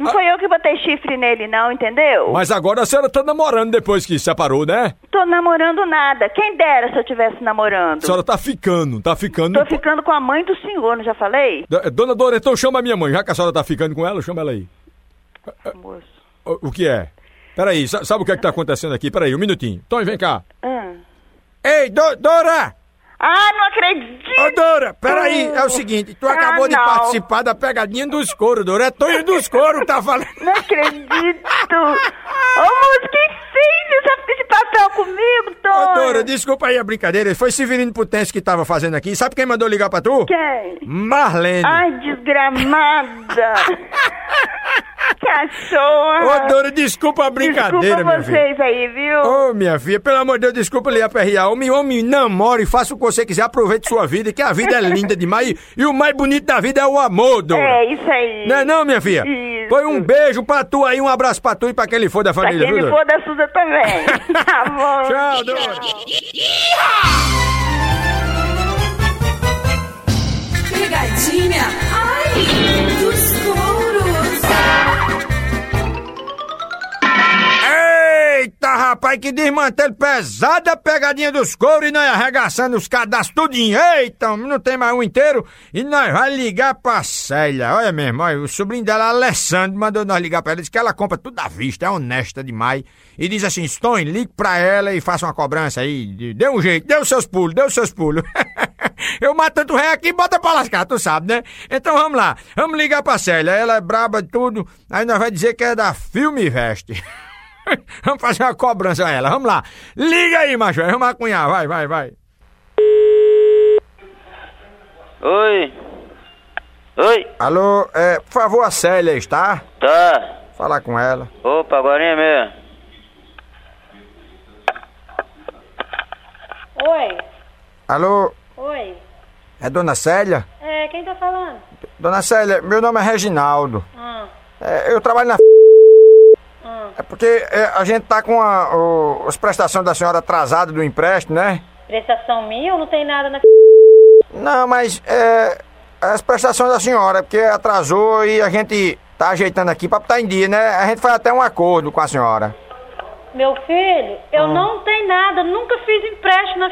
Speaker 16: Ah.
Speaker 17: Não foi eu que botei chifre nele, não, entendeu?
Speaker 16: Mas agora a senhora tá namorando depois que se separou, né?
Speaker 17: Tô namorando nada. Quem dera se eu tivesse namorando.
Speaker 16: A senhora tá ficando, tá ficando.
Speaker 17: Tô ficando com a mãe do senhor, não já falei?
Speaker 16: D- Dona Dora, então chama a minha mãe, já que a senhora tá ficando com ela, chama ela aí.
Speaker 1: Ah.
Speaker 17: Moço.
Speaker 16: O o que é? Peraí, sa- sabe o que é que tá acontecendo aqui? Peraí, um minutinho. Tom, vem cá.
Speaker 17: Ah.
Speaker 1: Ei, do, Dora!
Speaker 17: Ah, não acredito!
Speaker 1: Ô, Dora, peraí, é o seguinte, tu
Speaker 17: Ah,
Speaker 1: acabou de
Speaker 17: não.
Speaker 1: participar da pegadinha dos couro, Dora. É Tonho dos couro, tá falando.
Speaker 17: Não acredito! Ô, moço, que fez essa- esse papel comigo,
Speaker 1: Ô, Dora,
Speaker 17: Tony?
Speaker 1: desculpa aí a brincadeira. Foi Severino Potêncio que tava fazendo aqui. Sabe quem mandou ligar pra tu?
Speaker 17: Quem? Ah,
Speaker 1: Marlene.
Speaker 17: Ai, desgramada! Cachorra!
Speaker 1: Ô, Dora, desculpa a brincadeira,
Speaker 17: Desculpa
Speaker 1: minha filha.
Speaker 17: vocês aí, viu?
Speaker 1: Ô, minha filha, pelo amor de Deus, desculpa lhe aperrear. Homem, homem, namore, faça o que você quiser, aproveite sua vida, que a vida é linda demais. E, e o mais bonito da vida é o amor, Dora.
Speaker 17: é, isso aí.
Speaker 1: Não é não, minha filha?
Speaker 17: Isso.
Speaker 1: Foi um beijo pra tu aí, um abraço pra tu e pra quem lhe for da
Speaker 17: Pra
Speaker 1: família,
Speaker 17: quem
Speaker 1: viu,
Speaker 17: me
Speaker 1: Dora?
Speaker 17: for da Suza também. tá bom.
Speaker 1: Tchau, Dora.
Speaker 2: Pegadinha, ai, dos touros.
Speaker 1: Eita, rapaz, que desmantelo pesada pegadinha dos couros e nós arregaçando os cadastros tudinho. Eita, não tem mais um inteiro e nós vai ligar pra Célia. Olha mesmo, olha, o sobrinho dela, Alessandro, mandou nós ligar pra ela, disse que ela compra tudo à vista, é honesta demais. E diz assim, Stone, ligue pra ela e faça uma cobrança aí. de- Dê um jeito, dê os seus pulos, dê os seus pulos. Eu mato tanto ré aqui, bota pra lascar, tu sabe, né? Então vamos lá, vamos ligar pra Célia, ela é braba de tudo, aí nós vai dizer que é da Filme Veste. vamos fazer uma cobrança a ela, vamos lá. Liga aí, macho, vamos acunhar, vai, vai, vai.
Speaker 9: Oi. Oi.
Speaker 1: Alô, é, por favor, a Célia está?
Speaker 9: Tá.
Speaker 1: Falar com ela.
Speaker 9: Opa, agora é mesmo.
Speaker 18: Oi,
Speaker 1: Alô,
Speaker 18: oi.
Speaker 1: é Dona Célia?
Speaker 18: É, quem tá falando?
Speaker 1: Dona Célia, meu nome é Reginaldo.
Speaker 18: Ah,
Speaker 1: É, eu trabalho na. É porque é, a gente tá com a, o- as prestações da senhora atrasada do empréstimo, né?
Speaker 18: prestação minha ou não tem nada na...
Speaker 1: Não, mas é, as prestações da senhora, porque atrasou e a gente tá ajeitando aqui pra estar em dia, né? A gente faz até um acordo com a senhora.
Speaker 18: Meu filho, eu não tenho nada, nunca fiz empréstimo na...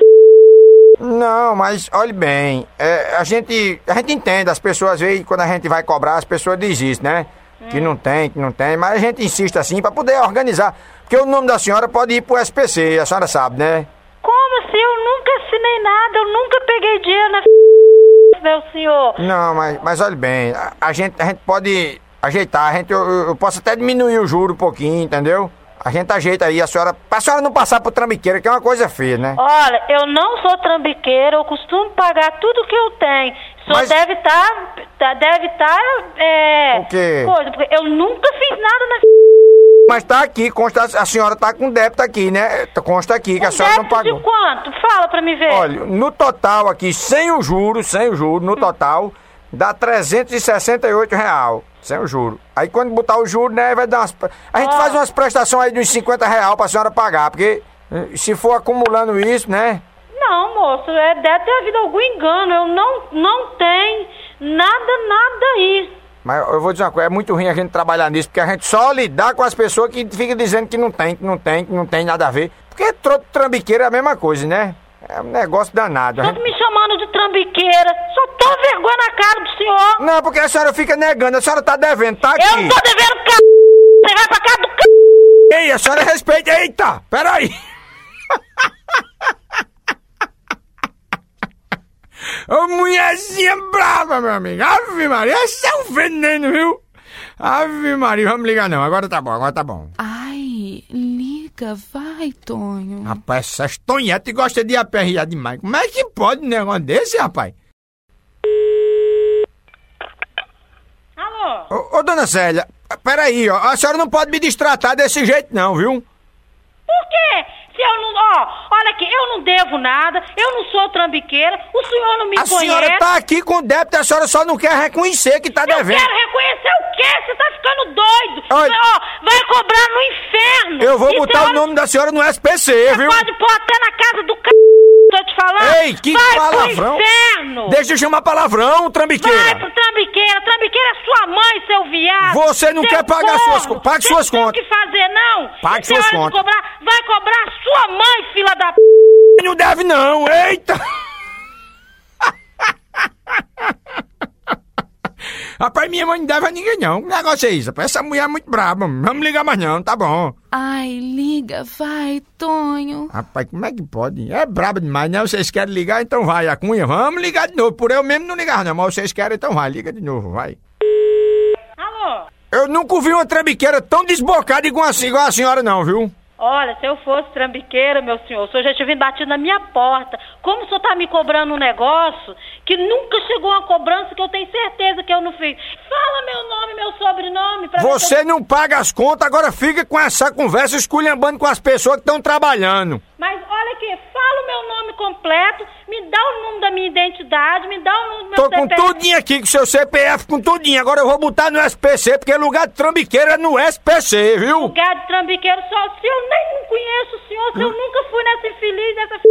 Speaker 1: Não, mas olhe bem, é, a gente a gente entende, as pessoas às vezes quando a gente vai cobrar, as pessoas desistem, né? Que não tem, que não tem, mas a gente insiste assim pra poder organizar, porque o nome da senhora pode ir pro SPC, a senhora sabe, né?
Speaker 18: Como assim? Eu nunca assinei nada, eu nunca peguei dinheiro na... Meu senhor.
Speaker 1: Não, mas, mas olhe bem, a, a gente, a gente pode ajeitar, a gente, eu, eu- eu posso até diminuir o juro um pouquinho, entendeu? A gente ajeita aí a senhora, pra senhora não passar pro trambiqueiro, que é uma coisa feia, né?
Speaker 18: Olha, eu não sou trambiqueira, eu costumo pagar tudo que eu tenho. Só deve estar... deve estar... é...
Speaker 1: O quê?
Speaker 18: Coisa, porque eu nunca fiz nada na...
Speaker 1: Mas tá aqui, consta, a senhora tá com débito aqui, né? Consta aqui que a senhora não pagou.
Speaker 18: De quanto? Fala pra mim ver.
Speaker 1: Olha, no total aqui, sem o juro, sem o juro,
Speaker 18: Hum.
Speaker 1: no total, dá 368 real. Sem o juro. Aí quando botar o juro, né, vai dar umas... pre- A gente faz umas prestações aí de uns 50 real pra senhora pagar, porque eh, se for acumulando isso, né?
Speaker 18: Não, moço, é, deve ter havido algum engano. Eu não, não tenho nada, nada aí.
Speaker 1: Mas eu vou dizer uma coisa, é muito ruim a gente trabalhar nisso, porque a gente só lidar com as pessoas que ficam dizendo que não tem, que não tem, que não tem nada a ver. Porque troto trambiqueiro é a mesma coisa, né? É um negócio danado. A gente-
Speaker 18: Tô me chamando de trambiqueira. Só tô vergonha na cara do senhor.
Speaker 1: Não, porque a senhora fica negando, a senhora tá devendo, tá aqui. Eu tô
Speaker 18: devendo c... Você vai pra casa do c...
Speaker 1: Ei, a senhora respeita. Eita, peraí. Ô, mulherzinha brava, meu amigo. Ave Maria, esse é um veneno, viu? Ave Maria, vamos ligar não. Agora tá bom, agora tá bom.
Speaker 4: Ai, liga, vai, Tonho.
Speaker 1: Rapaz, essas tonhetas gostam de aperrear demais. Como é que pode um negócio desse, rapaz?
Speaker 18: Alô?
Speaker 1: Ô, ô, dona Célia, peraí, ó. A senhora não pode me destratar desse jeito não, viu?
Speaker 18: Por quê? Se eu não... Ó, olha aqui, eu não devo nada, eu não sou trambiqueira, o senhor não me
Speaker 1: A
Speaker 18: conhece.
Speaker 1: senhora tá aqui com débito, a senhora só não quer reconhecer que tá devendo.
Speaker 18: Quero reconhecer o quê? Você tá ficando doido.
Speaker 1: Olha-
Speaker 18: Ó, vai cobrar no inferno. é
Speaker 1: Eu vou
Speaker 18: E
Speaker 1: botar
Speaker 18: você
Speaker 1: o nome da senhora no SPC, viu?
Speaker 18: Pode pôr até na casa do c... Tô te falando.
Speaker 1: Ei, que
Speaker 18: Vai pro
Speaker 1: palavrão!
Speaker 18: inferno.
Speaker 1: Deixa eu chamar palavrão,
Speaker 18: Vai
Speaker 1: trambiqueira!
Speaker 18: pro trambiqueira. Trambiqueira é sua mãe, seu viado.
Speaker 1: Você não
Speaker 18: seu
Speaker 1: quer pagar
Speaker 18: corno.
Speaker 1: suas co- pague
Speaker 18: Você
Speaker 1: suas
Speaker 18: não
Speaker 1: contas.
Speaker 18: tem o que fazer, não.
Speaker 1: Pague
Speaker 18: Você
Speaker 1: suas
Speaker 18: olha de
Speaker 1: contas.
Speaker 18: Cobrar, vai cobrar a sua mãe, fila da p...
Speaker 1: Não deve não, eita! Rapaz, minha mãe não deve a ninguém não. Que negócio é isso? rapaz? Essa mulher é muito braba. Não Vamos ligar mais não, tá bom.
Speaker 4: Ai, liga, vai, Tonho.
Speaker 1: Rapaz, como é que pode? É braba demais, né? Vocês querem ligar, então vai. A cunha, vamos ligar de novo. Por eu mesmo não ligar não, mas vocês querem, então vai. Liga de novo, vai.
Speaker 18: Alô?
Speaker 1: Eu nunca ouvi uma trambiqueira tão desbocada igual a, igual a senhora não, viu?
Speaker 18: Olha, se eu fosse trambiqueira, meu senhor, o senhor já tinha vindo batido na minha porta. Como o senhor tá me cobrando um negócio que nunca chegou a uma cobrança que eu tenho certeza que eu não fiz? Fala meu nome, meu sobrenome pra ver se eu-
Speaker 1: Você não paga as contas, agora fica com essa conversa esculhambando com as pessoas que estão trabalhando.
Speaker 18: Mas olha aqui, fala o meu nome completo, me dá o número da minha identidade, me dá o número do meu
Speaker 1: Tô com
Speaker 18: CPF.
Speaker 1: tudinho aqui, com seu CPF, com tudinho. Agora eu vou botar no SPC, porque lugar de trambiqueiro é no SPC, viu?
Speaker 18: Lugar de trambiqueiro só se eu nem conheço o senhor, se eu
Speaker 1: Hum.
Speaker 18: nunca fui nessa infeliz, nessa... f***.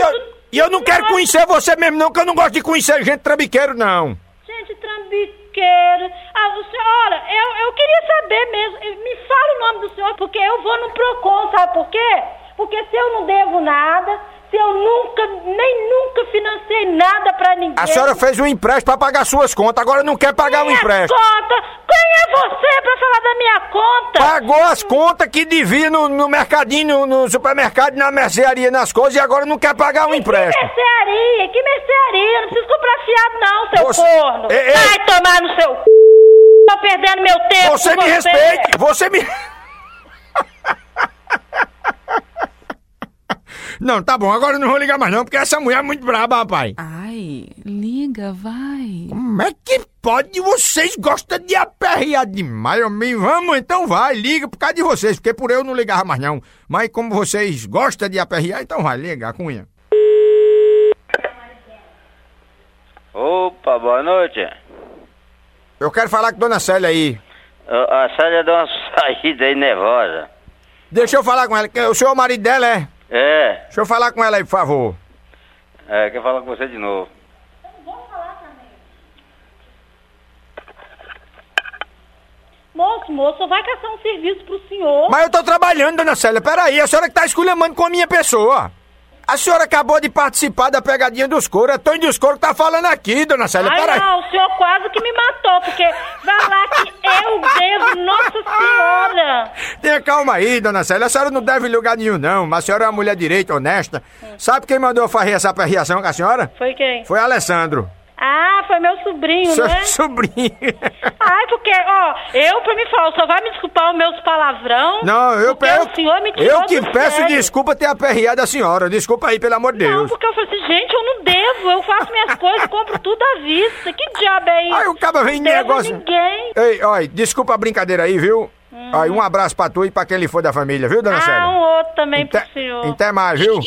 Speaker 1: Eu- E eu, não quero conhecer você mesmo, não, que eu não gosto de conhecer gente trambiqueiro, não.
Speaker 18: Gente, trambiqueiro... Ah, o senhor, olha, eu, eu queria saber mesmo, me fala o nome do senhor, porque eu vou no PROCON Sabe por quê? Porque se eu não devo nada, se eu nunca, nem nunca financei nada pra ninguém.
Speaker 1: A senhora fez um empréstimo pra pagar suas contas, agora não quer pagar o
Speaker 18: minha
Speaker 1: empréstimo.
Speaker 18: conta. Quem é você pra falar da minha conta?
Speaker 1: Pagou as contas que devia no, no mercadinho, no, no supermercado, na mercearia, nas coisas, e agora não quer pagar o
Speaker 18: Que
Speaker 1: empréstimo.
Speaker 18: mercearia? Que mercearia? Não preciso comprar fiado, não, seu
Speaker 1: Você-
Speaker 18: corno.
Speaker 1: Ei, ei.
Speaker 18: Vai tomar no seu c. Tô perdendo meu tempo.
Speaker 1: Você
Speaker 18: com
Speaker 1: me respeite, você me. Não, tá bom, agora eu não vou ligar mais não, porque essa mulher é muito braba, rapaz.
Speaker 4: Ai, liga, vai.
Speaker 1: Como é que pode? Vocês gostam de aperrear demais, homem. Vamos, então vai, liga por causa de vocês, porque por eu não ligava mais não. Mas como vocês gostam de aperrear, então vai, liga, Cunha.
Speaker 11: Opa, boa noite.
Speaker 1: Eu quero falar com Dona Célia aí.
Speaker 11: Ô, A Célia deu uma saída aí nervosa.
Speaker 1: Deixa eu falar com ela, que o senhor é o marido dela, é?
Speaker 11: É,
Speaker 1: Deixa eu falar com ela aí, por favor.
Speaker 11: é, quer falar com você de novo.
Speaker 18: Moço, moço, vai caçar um serviço pro senhor.
Speaker 1: Mas eu tô trabalhando, Dona Célia, peraí, a senhora que tá esculhambando com a minha pessoa. A senhora acabou de participar da pegadinha dos couro, é Tony dos couro que tá falando aqui, Dona Célia,
Speaker 18: Ai,
Speaker 1: peraí.
Speaker 18: não, o senhor quase que me matou, porque vai lá que eu devo, nossa senhora.
Speaker 1: Tenha calma aí, dona Célia. A senhora não deve em lugar nenhum, não. Mas a senhora é uma mulher direita, honesta. Sabe quem mandou fazer essa perreação com a senhora?
Speaker 18: Foi quem?
Speaker 1: Foi Alessandro.
Speaker 18: Ah, foi meu sobrinho,
Speaker 1: Seu
Speaker 18: né?
Speaker 1: sobrinho.
Speaker 18: Ai, porque, ó, eu pra me falar, só vai me desculpar os meus palavrão.
Speaker 1: Não, eu
Speaker 18: porque
Speaker 1: peço.
Speaker 18: o senhor me tirou
Speaker 1: Eu que
Speaker 18: do
Speaker 1: peço
Speaker 18: sério.
Speaker 1: desculpa ter aperreado a senhora. Desculpa aí, pelo amor de
Speaker 18: Não,
Speaker 1: Deus.
Speaker 18: porque eu falei assim, gente, eu não devo, eu faço minhas coisas, compro tudo à vista. Que diabo é isso?
Speaker 1: Aí o cara vem
Speaker 18: Devo a
Speaker 1: negócio.
Speaker 18: ninguém.
Speaker 1: Ei, olha, desculpa a brincadeira aí, viu? Aí, um abraço pra tu e pra quem lhe for da família, viu, dona
Speaker 18: Hum. Ah,
Speaker 1: Célia?
Speaker 18: um outro também
Speaker 1: Até-
Speaker 18: pro senhor.
Speaker 1: Até mais, viu?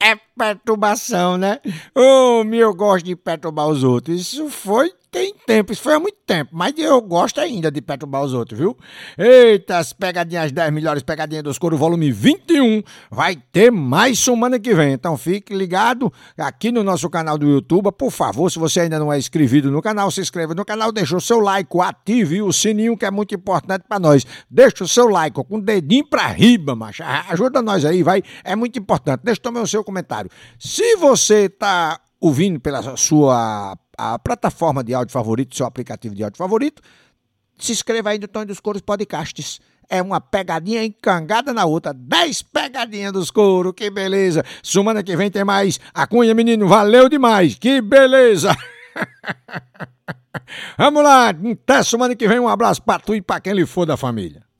Speaker 6: É perturbação, né? Ô, meu, eu gosto de perturbar os outros. Isso foi tem tempo, isso foi há muito tempo, mas eu gosto ainda de perturbar os outros, viu? Eita, as pegadinhas 10 melhores pegadinhas dos couro, volume 21. Vai ter mais semana que vem. Então fique ligado aqui no nosso canal do YouTube. Por favor, se você ainda não é inscrito no canal, se inscreva no canal, deixa o seu like, ative o sininho que é muito importante pra nós. Deixa o seu like, ó, com o dedinho pra riba, macho. A- Ajuda nós aí, vai. É muito importante. Deixa também o seu comentário. Se você tá ouvindo pela sua a plataforma de áudio favorito, seu aplicativo de áudio favorito, se inscreva aí no Tony dos Couros Podcasts. É uma pegadinha encangada na outra. 10 pegadinhas dos couro, que beleza. Semana que vem tem mais. A cunha, menino, valeu demais. Que beleza. Vamos lá. Até semana que vem. Um abraço pra tu e pra quem lhe for da família.